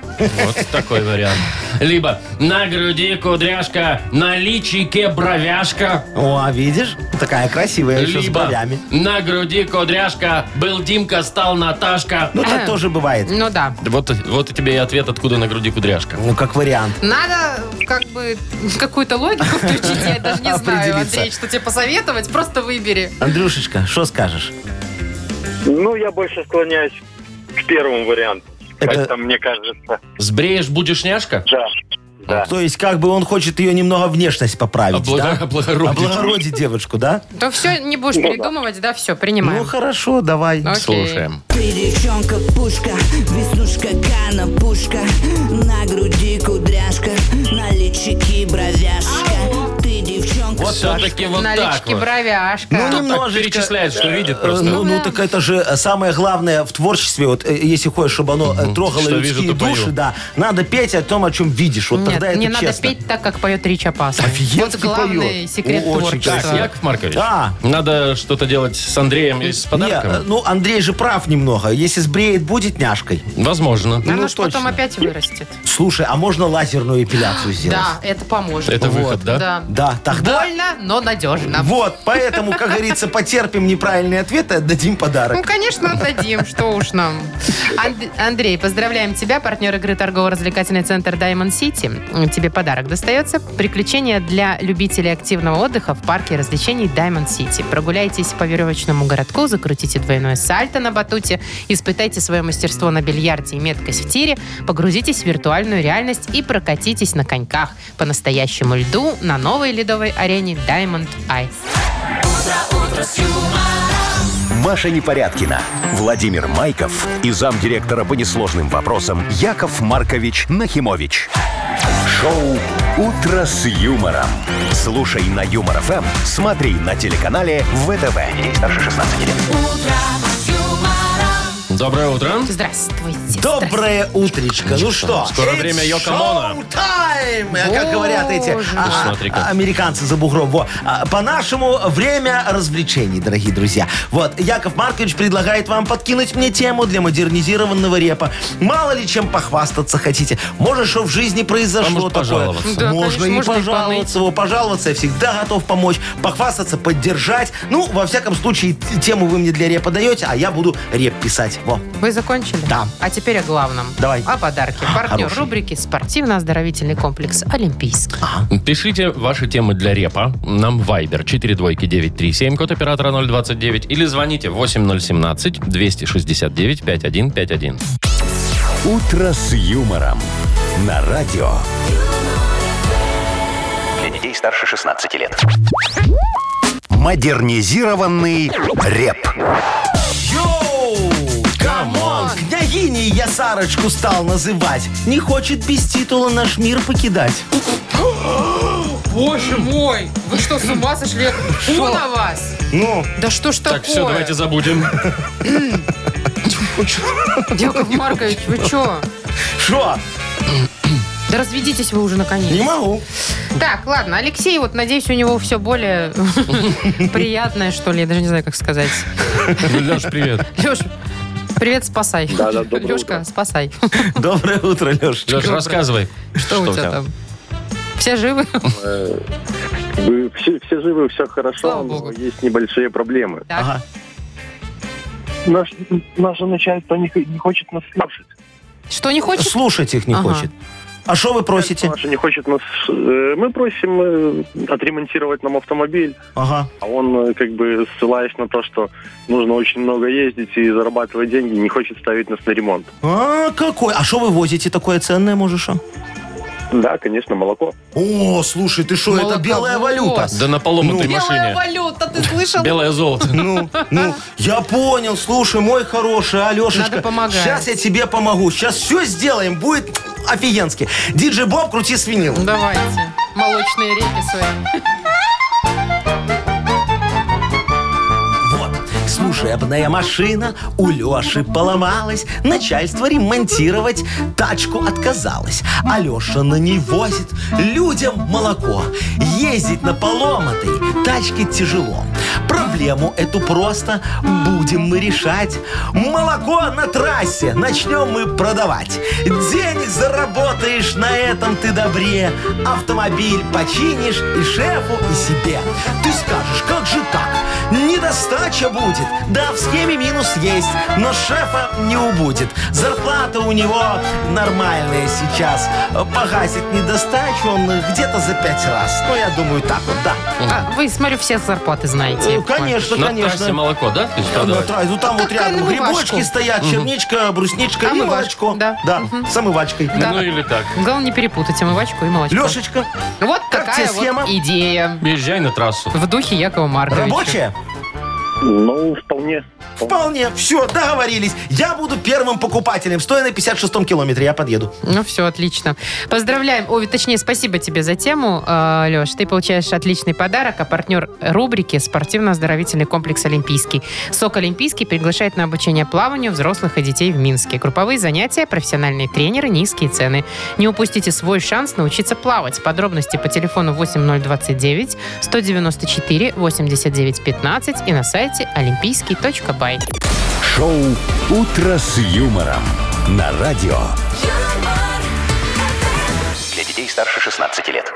Вот такой вариант. Либо на груди кудряшка, на личике бровяшка. О, видишь? Такая красивая еще с Либо бровями. на груди кудряшка, был Димка, стал Наташка. Ну, так тоже бывает. Ну да. Вот, вот и тебе и ответ, откуда на груди кудряшка. Ну, как вариант. Надо как бы какую-то логику включить, я даже не знаю, Определиться. Андрей, что тебе посоветовать, просто выбери. Андрюшечка, что скажешь? Ну, я больше склоняюсь к первому варианту. Это- Это, мне кажется, Сбреешь, будешь няшка? да. Да. То есть, как бы он хочет ее немного внешность поправить, Облага- да? облагородить. Облагородить девочку, да? То все, не будешь передумывать, да, все, Ну, принимаем. хорошо, давай. Ну, Окей. Слушаем. Ты девчонка пушка, веснушка кана пушка, на груди кудряшка, на личике бровяшка. Ты девчонка Все-таки вот так Налички, вот. бровяшка. Ну, Так немножечко. перечисляет, что видит Э, просто. Ну, ну, так это же э, самое главное в творчестве, вот э, если хочешь, чтобы оно э, трогало Что вижу, людские то пою. души, да, надо петь о том, о чем видишь. Вот Нет, тогда это не надо честно. петь так, как поет Рич Опасный. Вот Офигенски главный поет. секрет О, очень творчества. Так, Яков Маркович, Да. надо что-то делать с Андреем и с Не, А, э, подарком? ну Андрей же прав немного. Если сбреет, будет няшкой. Возможно. Она ну, ж потом точно. опять вырастет. Слушай, а можно лазерную эпиляцию сделать? Да, это поможет. Это выход, да? Да. Да, тогда. Больно, но надежно. Вот, поэтому, как говорится, потерпим неправильные ответы, отдадим Ну, подарок. конечно, отдадим, что уж нам. Анд- Андрей, поздравляем тебя, партнер игры торгово-развлекательный центр Diamond City. Тебе подарок достается. Приключения для любителей активного отдыха в парке развлечений Diamond City. Прогуляйтесь по веревочному городку, закрутите двойное сальто на батуте, испытайте свое мастерство на бильярде и меткость в тире, погрузитесь в виртуальную реальность и прокатитесь на коньках по настоящему льду на новой ледовой арене Diamond Ice. Маша Непорядкина, Владимир Майков и замдиректора по несложным вопросам Яков Маркович Нахимович. Шоу «Утро с юмором». Слушай на Юмор ФМ, смотри на телеканале ВТВ. Ей старше 16 лет. Доброе утро. Здравствуйте. Доброе утречко. Ну что? Скоро время Йоко Оно. шоу-тайм! Э, Как говорят эти Боже. а, а, Смотри-ка. американцы за бугром. Во. А, По-нашему, время развлечений, дорогие друзья. Вот, Яков Маркович предлагает вам подкинуть мне тему для модернизированного репа. Мало ли чем похвастаться хотите. Может, что в жизни А произошло может, такое. пожаловаться. Да, можно конечно, и можно и пожаловаться. Во, пожаловаться я всегда готов помочь. Похвастаться, поддержать. Ну, во всяком случае, т- тему вы мне для репа даете, а я буду реп писать. Во. Вы закончили? Да. А теперь о главном. Давай. О подарке. Партнер Хороший. рубрики «Спортивно-оздоровительный комплекс Олимпийский». Пишите ваши темы для репа нам в Viber 42937, код оператора 029, или звоните 8017-269-5151. «Утро с юмором» на радио. Для детей старше 16 лет. Модернизированный реп. Йоу! Камон! Княгиней я Сарочку стал называть. Не хочет без титула наш мир покидать. Боже мой! Вы что, с ума сошли? Фу на вас! Ну, Да что ж такое? Так, все, давайте забудем. Яков Маркович, вы что? что? Да разведитесь вы уже наконец. Не могу. Так, ладно, Алексей, вот надеюсь, у него все более приятное, что ли, я даже не знаю, как сказать. Леш, привет. Леш, привет, спасай. Да-да, доброе Лешка, утро. спасай. Доброе утро, Лешечка. Леш, рассказывай. Что, у тебя там? Все живы? Э, вы- Все, все живы, все Слава хорошо, богу. но есть небольшие проблемы. Так. Ага. Наш, наше начальство не, не хочет нас слушать. Что не хочешь? Слушать их не Ага. хочет. А что вы просите? Наша не хочет нас... э, Мы просим э, отремонтировать нам автомобиль, Ага. а он, э, как бы, ссылаясь на то, что нужно очень много ездить и зарабатывать деньги, не хочет ставить нас на ремонт. А, какой? А что вы возите такое ценное, может, шо? Да, конечно, молоко. О, слушай, ты что, это Молоковоз. белая валюта. Да на поломанной Белая машине. валюта, ты слышал? Белое золото. Ну, ну, я понял, слушай, мой хороший, Алешечка. Надо помогать. Сейчас я тебе помогу. Сейчас все сделаем, будет офигенски. Диджей Боб, крути свинил. Ну, Давайте. Молочные реки свои. Вот, служебная машина у Леши поломалась, начальство ремонтировать тачку отказалось. А Леша на ней возит людям молоко. Ездить на поломатой тачке тяжело. Проблему эту просто будем мы решать. Молоко на трассе начнем мы продавать. Денег заработаешь на этом ты добре. Автомобиль починишь и шефу, и себе. Ты скажешь, как же так? Недостаточно Сдача будет, да, в схеме минус есть, но шефа не убудет. Зарплата у него нормальная сейчас. Погасит недостачу он где-то за пять раз. Ну, я думаю, так вот, да. А, вы, смотрю, все зарплаты знаете. Э, Конечно, На трассе конечно. молоко, ну, да? ты Да, продавал? на трассе. Ну, там Ну, вот как рядом на бывашку. грибочки стоят, черничка, брусничка и Омывашку, молочко. да. Да, с омывачкой. Да. Ну или так. Главное не перепутать омывачку и молочко. Лешечка, вот как такая тебе схема? вот идея Езжай на трассу. в духе Якова Марковича. рабочая? Ну, вполне. Вполне, все, договорились. Я буду первым покупателем, стоя на 56-м километре, я подъеду. Ну все, отлично. Поздравляем. Ой, точнее, спасибо тебе за тему, э, Леш. Ты получаешь отличный подарок, а партнер рубрики «Спортивно-оздоровительный комплекс Олимпийский». СОК Олимпийский приглашает на обучение плаванию взрослых и детей в Минске. Групповые занятия, профессиональные тренеры, низкие цены. Не упустите свой шанс научиться плавать. Подробности по телефону 8029 194 89 15 и на сайте олимпийский.бай. Шоу «Утро с юмором» на радио. Для детей старше 16 лет.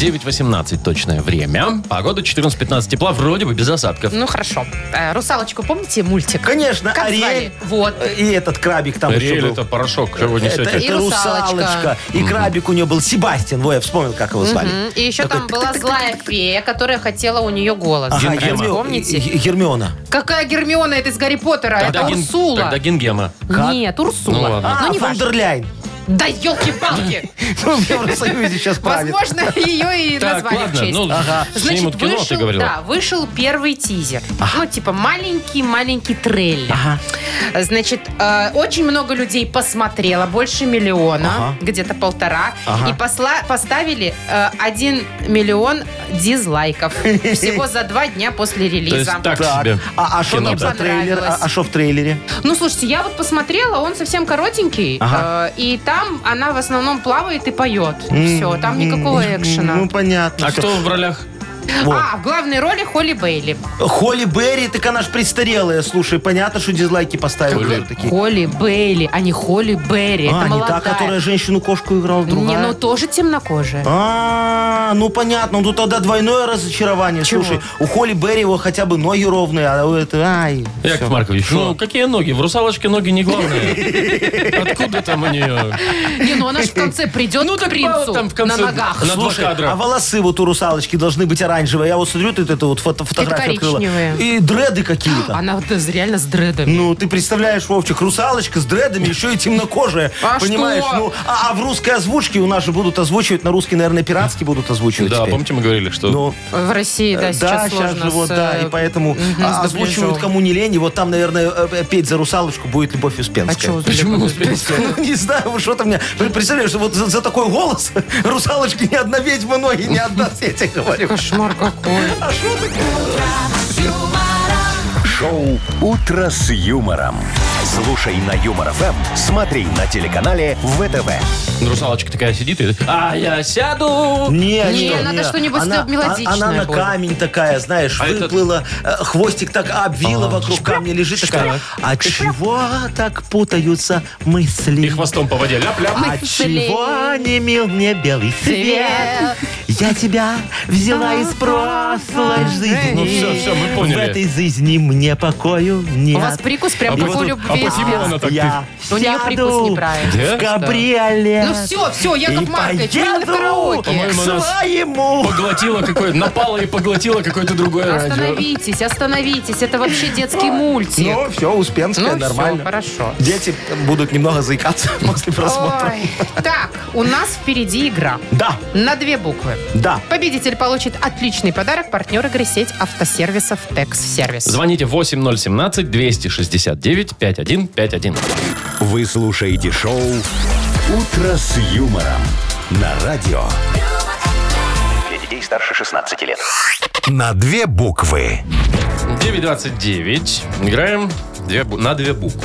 9.18 точное время. Погода 14.15 тепла, вроде бы без осадков. Ну хорошо. Э, Русалочку помните мультик? Конечно, Как Ариэль. звали? Вот. э, И этот крабик там еще Ариэль был. Э, это порошок, чего вы Это, несете. это И русалочка. русалочка. И крабик у нее был Себастьян. Во, я вспомнил, как его звали. Мгм. И еще Такой там была злая фея, которая хотела у нее голос. Ага, забрать. Гермио- Помните? Г- Гермиона. Какая Гермиона? Это из Гарри Поттера. Тогда Это Гин- Урсула. Тогда Гингема. Как? Нет, Урсула. Ну ладно. А, не фон важно. дер Ляйн. Да елки-палки. В Евросоюзе сейчас правит. Возможно, ее и Так, назвали в ладно, честь. ну, снимут Значит, кино, ты вышел, говорила. да, вышел первый тизер. Ну, типа, маленький-маленький трейлер. Значит, э, очень много людей посмотрело, больше миллиона, Ага. где-то полтора, Ага. и посла- поставили э, 1 миллион дизлайков. Всего за два дня после То есть релиза. так Так. себе. А что кино, там да. за трейлер? Понравилось. А что в трейлере? Ну, слушайте, я вот посмотрела, он совсем коротенький, Ага. э, и там она в основном плавает и поет. Все, там никакого М, экшена. Ну, понятно. А Всё. кто в ролях? Во. А, в главной роли Холли Бейли. Холли Берри, так она ж престарелая. Слушай, понятно, что дизлайки поставили Холли. уже такие. Холли Бейли, а не Холли Берри. А, это не молодая. та, которая женщину-кошку играла, Не, другая. ну тоже темнокожая. А, ну понятно, ну тогда двойное разочарование. Чего? Слушай, у Холли Берри его хотя бы ноги ровные, а у этой, ай. Яков всё. Маркович, ну какие ноги? В русалочке ноги не главные. Откуда там у нее? Не, ну она же в конце придет к принцу там в конце на ногах. на- два Слушай, кадра. а волосы вот у русалочки должны быть оранжевые. Я вот смотрю, тут это вот фото- фотографию открыла. коричневые. А, И дреды какие-то. Она вот реально с дредами. Ну, ты представляешь, Вовчик, русалочка с дредами, еще и темнокожая. А понимаешь? что? Ну, а, а в русской озвучке у нас же будут озвучивать, на русский, наверное, пиратский будут озвучивать Да, теперь. помните, мы говорили, что Ну, В России, да, да, сейчас сейчас, сложно. же вот, с, э, да, и поэтому мгм, с а, озвучивают дубляжом. кому не лень, и вот там, наверное, э, э, петь за русалочку будет Любовь А Успенская. чего? Почему Почему? Ну, не знаю, что то мне. Ты Представляешь, вот за, за такой голос русалочки ни одна ведьма ноги не отдаст, я тебе говорю. Кошмар какой. А что такое? Шоу «Утро с юмором». Слушай на Юмор ФМ, смотри на телеканале ВТВ. русалочка такая сидит и... А я сяду! Не, Не, надо что-нибудь Она- мелодичное а- Она на будет. камень такая, знаешь, А этот- А. выплыла, э, хвостик так обвила вокруг камня, лежит такая. А чего так путаются мысли? И хвостом по воде. Ляп-ляп. А мысли. чего не мил мне белый свет? Я тебя взяла из прошлой жизни. Ну всё, всё, мы поняли. В этой жизни мне покою нет. У вас прикус прям А как у почему- а любви. почему она так? Я У нее прикус сяду неправильный. Да? в кабриолет. Ну все, все, Яков И Маркович, надо в поеду. караоке. По-моему, к она своему. Поглотила какое-то... Напала и поглотила какое-то другое радио. Остановитесь, остановитесь. Это вообще детский мультик. Ну, все, Успенская, Ну все, нормально. хорошо. Дети будут немного заикаться после просмотра. Ой. Так, у нас впереди игра. Да, На две буквы. да. Победитель получит отличный подарок партнер игры сеть автосервисов Текс Сервис. Звоните 8017-269-5151. Вы слушаете шоу «Утро с юмором» на радио. Для детей старше 16 лет. На две буквы. 9.29. Играем две бу- на две буквы.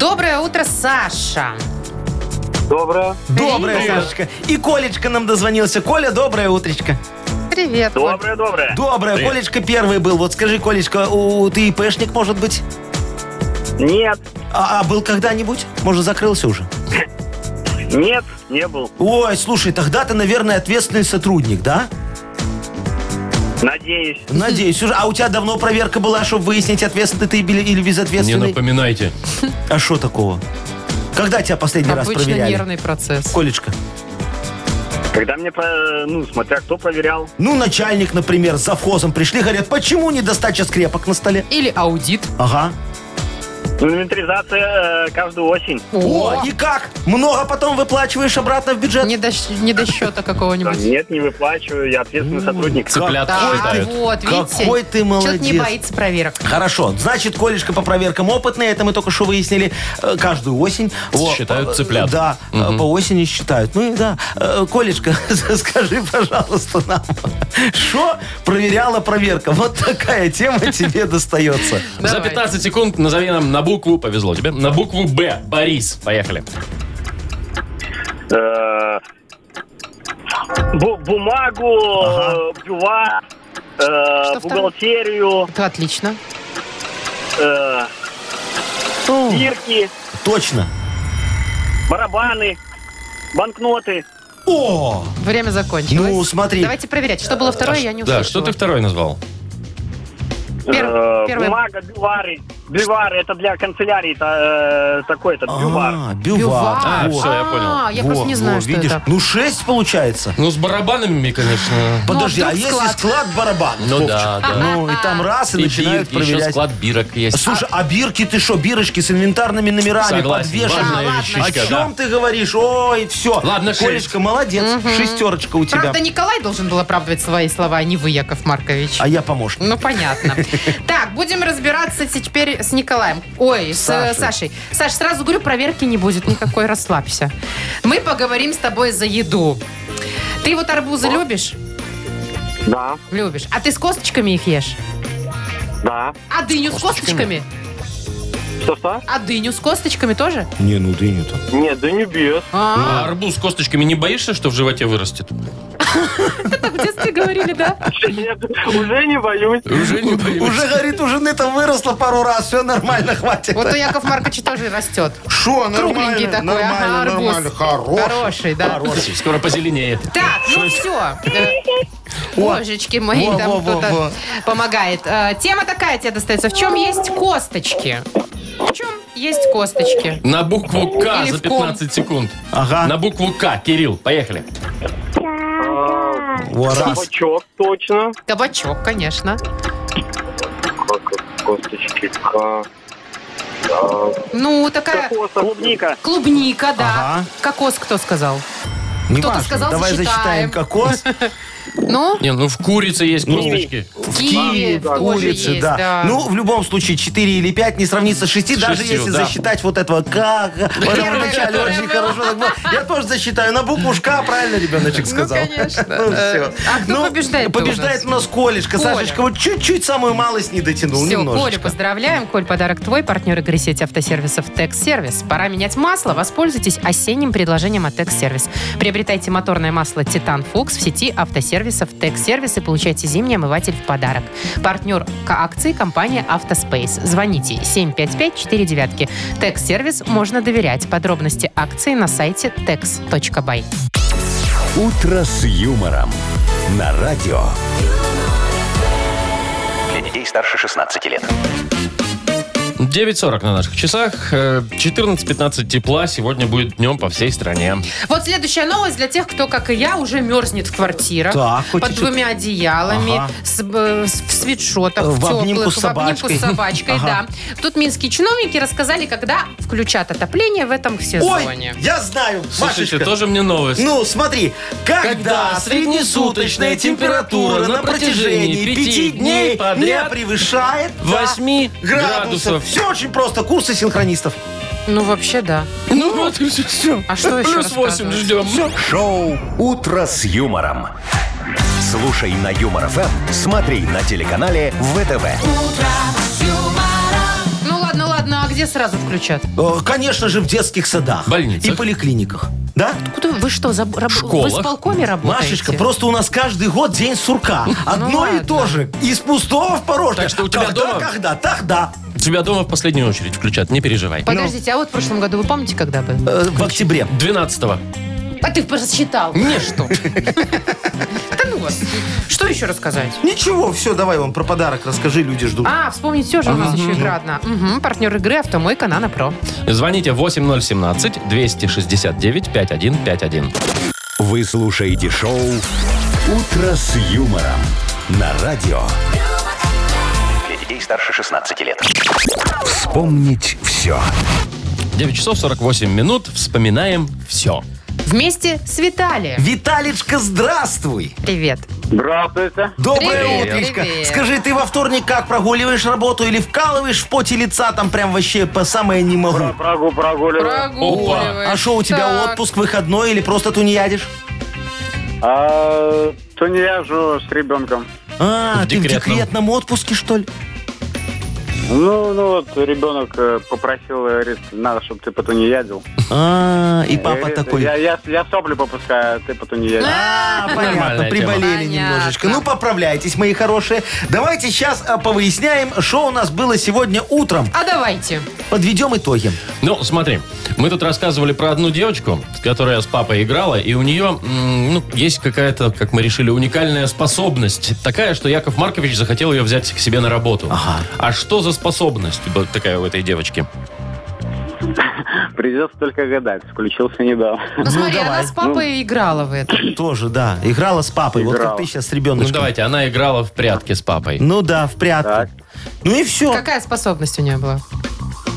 Доброе утро, Саша. Доброе. Доброе, Сашечка. И Колечка нам дозвонился. Коля, доброе утречко. Привет. Коль. доброе. Доброе. Привет. Колечка первый был. Вот скажи, Колечка, у, ты ИПшник, может быть? Нет, А, а был когда-нибудь? Может, закрылся уже? нет, не был. Ой, слушай, тогда ты, наверное, ответственный сотрудник, да? Надеюсь. Надеюсь. уже. А у тебя давно проверка была, чтобы выяснить, ответственный ты или или Не безответственный? напоминайте. А что такого? Когда тебя последний раз Обычно проверяли? нервный процесс. Колечка. Когда мне, про- ну, смотря кто проверял, Ну, начальник, например, с завхозом пришли, говорят, почему недостача скрепок на столе? Или аудит. Ага. ну, инвентаризация э, каждую осень. О, и как? Много потом выплачиваешь обратно в бюджет? Не до, щ- не до счета Да, какого-нибудь. Нет, не выплачиваю, я ответственный Ну, сотрудник. Цыплят Так, считают. вот, видите. Какой ты Человек не молодец. боится проверок. Хорошо. Значит, Колечка по проверкам опытная, это мы только что выяснили. Э, Каждую осень. Во, Считают по- цыплят. Да, э, по осени считают. Ну и да. Э, Колечка, скажи, пожалуйста, нам, что проверяла проверка? Вот такая тема тебе достается. За Давай. 15 секунд назови нам на букву, повезло тебе, на букву Б. Борис, поехали. Э, бу- бумагу, э, пива, э, Что второе? бухгалтерию, Это отлично. э, стирки, Точно. барабаны, банкноты. О! Время закончилось. Ну, смотри. Давайте проверять. Что было второе, я не услышала. Да, что ты второй назвал? Пер- э, первое. Бумага, бювары. Бювары, это для канцелярии та- э, такой, это бювар. А, Бювар. бювар. А, всё, я понял. А, я просто Во, не знаю, во, что видишь? это. Ну, 6 получается. Ну, с барабанами, конечно. Подожди, а, Ну, вдруг если склад? склад, барабанов? Ну Вовчик? да, да. Ну, и там раз, и, И начинают бирки, еще проверять. склад бирок есть. Слушай, а бирки ты что, бирочки с инвентарными номерами Согласен, подвешены? важная Ладно, вещичка, О да. чем ты говоришь? Ой, все. Ладно, шесть. Колечка, молодец. Шестерочка у тебя. Правда, Николай должен был оправдывать свои слова, а не вы, Яков Маркович. А я помощник. Ну, понятно. Так, будем разбираться теперь с Николаем. Ой, с э, Сашей. Саш, сразу говорю, проверки не будет никакой, расслабься. Мы поговорим с тобой за еду. Ты вот арбузы любишь? Да, Любишь. А ты с косточками их ешь? да. А дыню с косточками? Что-что? А дыню с косточками тоже? Не, ну дыню то. Нет, да не бьет. А, А арбуз с косточками не боишься, что в животе вырастет? так в детстве говорили, да? Нет, уже не боюсь. Уже не боюсь. Уже, говорит, у жены там выросло пару раз, все нормально, хватит. Вот у Яков Марковича тоже растет. Шо, Кругленький нормально, такой, нормально, ага, арбуз. нормально, хорош. Хороший, да. Скоро позеленеет. Так, ну все. Божечки мои, Во, там во, во, кто-то во. помогает. Э, Тема такая тебе достается. В чем есть косточки? В чем есть косточки? На букву К Или за в ком. 15 секунд. Ага. На букву К, Кирилл, поехали. Во, раз. Бачок, точно. Кабачок, конечно. Косточки, ка. А, Ну, такая Клубника. клубника, да. Ага. Кокос кто сказал? Не Кто-то важно, сказал, Давай засчитаем. засчитаем кокос. Ну, Не, ну в курице есть косточки. в Киеве тоже Улицы, есть, да. да. Ну, в любом случае, 4 или 5 не сравнится с 6, даже Шестью, если да. засчитать вот этого как. Вот Первое, в начале которое очень было. хорошо так было. Я тоже засчитаю. На букву К правильно ребеночек сказал. Ну, конечно. Ну, все. А кто побеждает-то у Побеждает у нас Колечка. Коля. Сашечка вот чуть-чуть самую малость не дотянул. Все, Колю Немножечко. поздравляем. Коль, подарок твой. Партнер игры сети автосервисов «Текс-сервис». Пора менять масло. Воспользуйтесь осенним предложением от «Текс-сервис». Приобретайте моторное масло «Титан Фукс» в сети автосервисов «Текс-сервис» и получайте зимний омыватель в подарок. Партнер к акции – компания «Автоспейс». Звоните 755-49. «Текс-сервис» можно доверять. Подробности акции на сайте tex.by. «Утро с юмором» на радио. Для детей старше 16 лет. 9.40 на наших часах. э, 14-15 тепла сегодня будет днем по всей стране. Вот следующая новость для тех, кто, как и я, уже мерзнет в квартирах. Так, хоть под и чё- двумя одеялами, Ага. с, э, с- в свитшотах, Э, в в теплых, обнимку с в обнимку собачкой. с собачкой, Ага. да. Тут минские чиновники рассказали, когда включат отопление в этом сезоне. Ой, я знаю, Слушайте, Машечка. тоже мне новость. Ну, смотри, когда среднесуточная температура на протяжении пяти дней не подряд превышает восьми 8 градусов. градусов. Все очень просто, курсы синхронистов. Ну, вообще, да. Ну вот и все. А что еще Плюс 8 рассказывать? ждем. Шоу «Утро с юмором». Слушай на Юмор ФМ, смотри на телеканале ВТВ. Ну, ладно, ладно, а где сразу включат? Э, Конечно же, в детских садах. Больницах. И поликлиниках. Да? Куда вы что, заб- раб- вы школах. с полкоми работаете? Машечка, просто у нас каждый год день сурка. Одно и Ну ладно. то же. Из пустого в порожнее. Так что у тебя когда, дома- Когда, тогда. Тебя дома в последнюю очередь включат, не переживай. Подождите, а вот в прошлом году вы помните, когда был? Э, в октябре. 12-го. А ты просчитал. Не что. Да ну вас. Что еще рассказать? Ничего, все, давай вам про подарок расскажи, люди ждут. А, вспомнить все же у нас еще игра одна. Мгм, Партнер игры «Автомойка Нано Про». Звоните 8017-269-5151. Вы слушаете шоу «Утро с юмором» на радио. Для детей старше 16 лет. Вспомнить все. 9 часов 48 минут. Вспоминаем все. Вместе с Виталием. Виталичка, здравствуй! Привет. Здравствуйте. Доброе Привет. утречко! Привет. Скажи, ты во вторник как, прогуливаешь работу или вкалываешь в поте лица там прям вообще по самое не могу? Прагу прогуливаю. Прогуливаешь. А что у тебя Так. отпуск выходной или просто тунеядишь? А, то не я же с ребенком. В А, ты в декретном. декретном отпуске, что ли? Ну, ну вот ребенок э, попросил, э, говорит, надо, чтобы ты поту не ядил. А, и папа Говорит, такой. Я, я, я сопли попускаю, а ты поту не ядил. А, понятно, Нормальная тема. приболели Понятно. немножечко. Ну, поправляйтесь, мои хорошие. Давайте сейчас повыясняем, что у нас было сегодня утром. А давайте. Подведем итоги. Ну, смотри, мы тут рассказывали про одну девочку, которая с папой играла, и у нее м, ну, есть какая-то, как мы решили, уникальная способность. Такая, что Яков Маркович захотел ее взять к себе на работу. Ага. А что за способность была такая у этой девочки? Придется только гадать, включился недавно. Ну, смотри, она давай. Ну. с папой играла в это. Тоже, да. Играла с папой. Вот как Играла. ты сейчас с Ну, ребенком. давайте, она играла в прятки с папой. Ну да, в прятки. Так. Ну и все. Какая способность у нее была?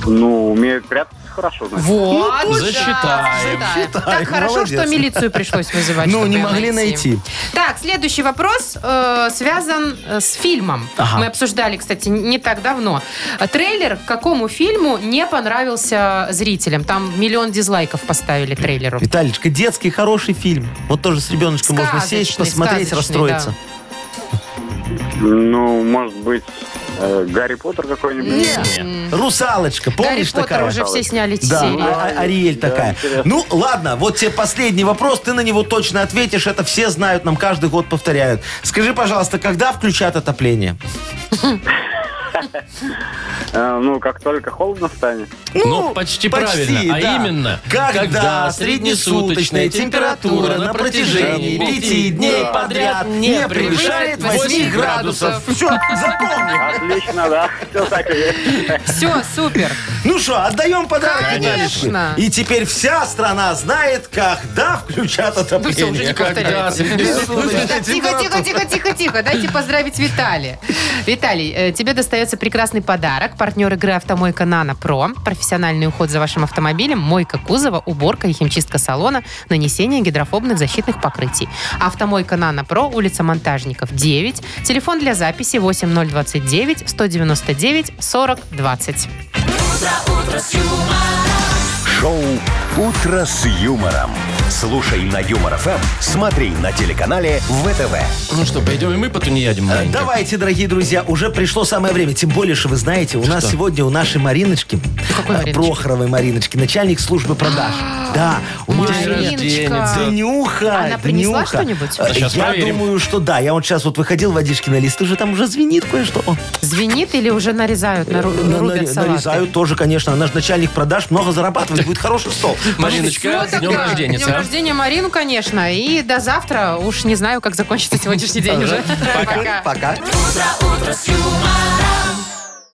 Ну, умеет прятаться хорошо, значит. Ну, Вот. точно. да, Засчитаем. засчитаем. Так Засчитаем, хорошо, что молодец. милицию пришлось вызывать. Ну, чтобы не её могли найти. Так, следующий вопрос э, связан э, с фильмом. Ага. Мы обсуждали, кстати, не так давно. Э, Трейлер к какому фильму не понравился зрителям? Там миллион дизлайков поставили трейлеру. Виталичка, детский хороший фильм. Вот тоже с ребеночком можно сесть, Сказочный, посмотреть, сказочный, расстроиться. Ну, может быть, э, Гарри Поттер какой-нибудь? Не. Русалочка, помнишь Гарри Поттер такая? уже все сняли Да, серии. а- а- Ариэль Да, такая. интересно. ну, ладно, вот тебе последний вопрос, ты на него точно ответишь, это все знают, нам каждый год повторяют. Скажи, пожалуйста, когда включат отопление? Э, ну, как только холодно станет. Ну, почти правильно. А именно, когда, когда среднесуточная температура на протяжении протяжении пяти дней Да. подряд не превышает 8 градусов. Все, запомни. Отлично, да. Все так и есть. Все, супер. Ну что, отдаем подарок Виталичке? Конечно. И теперь вся страна знает, когда включат Ну все, уже отопление. не повторяется. Среднесуточная Так, Тихо, тихо, тихо, тихо, тихо. Дайте поздравить Виталия. Виталий, э, тебе достается прекрасный подарок. Партнер игры «Автомойка Нано Про». Профессиональный уход за вашим автомобилем, мойка кузова, уборка и химчистка салона, нанесение гидрофобных защитных покрытий. «Автомойка Нано Про», улица Монтажников, 9. Телефон для записи 8029 199 40 20. Шоу «Утро с юмором». Слушай на Юмор ФМ, смотри на телеканале ВТВ. Ну что, пойдем и мы потом не едем Э, Давайте, дорогие друзья, уже пришло самое время. Тем более, что вы знаете, у нас сегодня у нашей Мариночки, какой э, Мариночки? Прохоровой Мариночки, начальник службы продаж. Да, у нее сегодня Да. Днюха, Она принесла днюха. что-нибудь? Э, Сейчас Я проверим. думаю, что да. Я вот сейчас вот выходил водички на лист, уже там уже звенит кое-что. О, Звенит или уже нарезают, нару- на- на- рубят салаты? нарезаю тоже, конечно. Она же начальник продаж, много зарабатывать, будет хороший стол. Мариночка, Ну, с днем тогда. рождения. С днем а? рождения Марину, конечно. И до завтра. Уж не знаю, как закончится сегодняшний день уже. Пока. Пока. Утро, утро с юмором.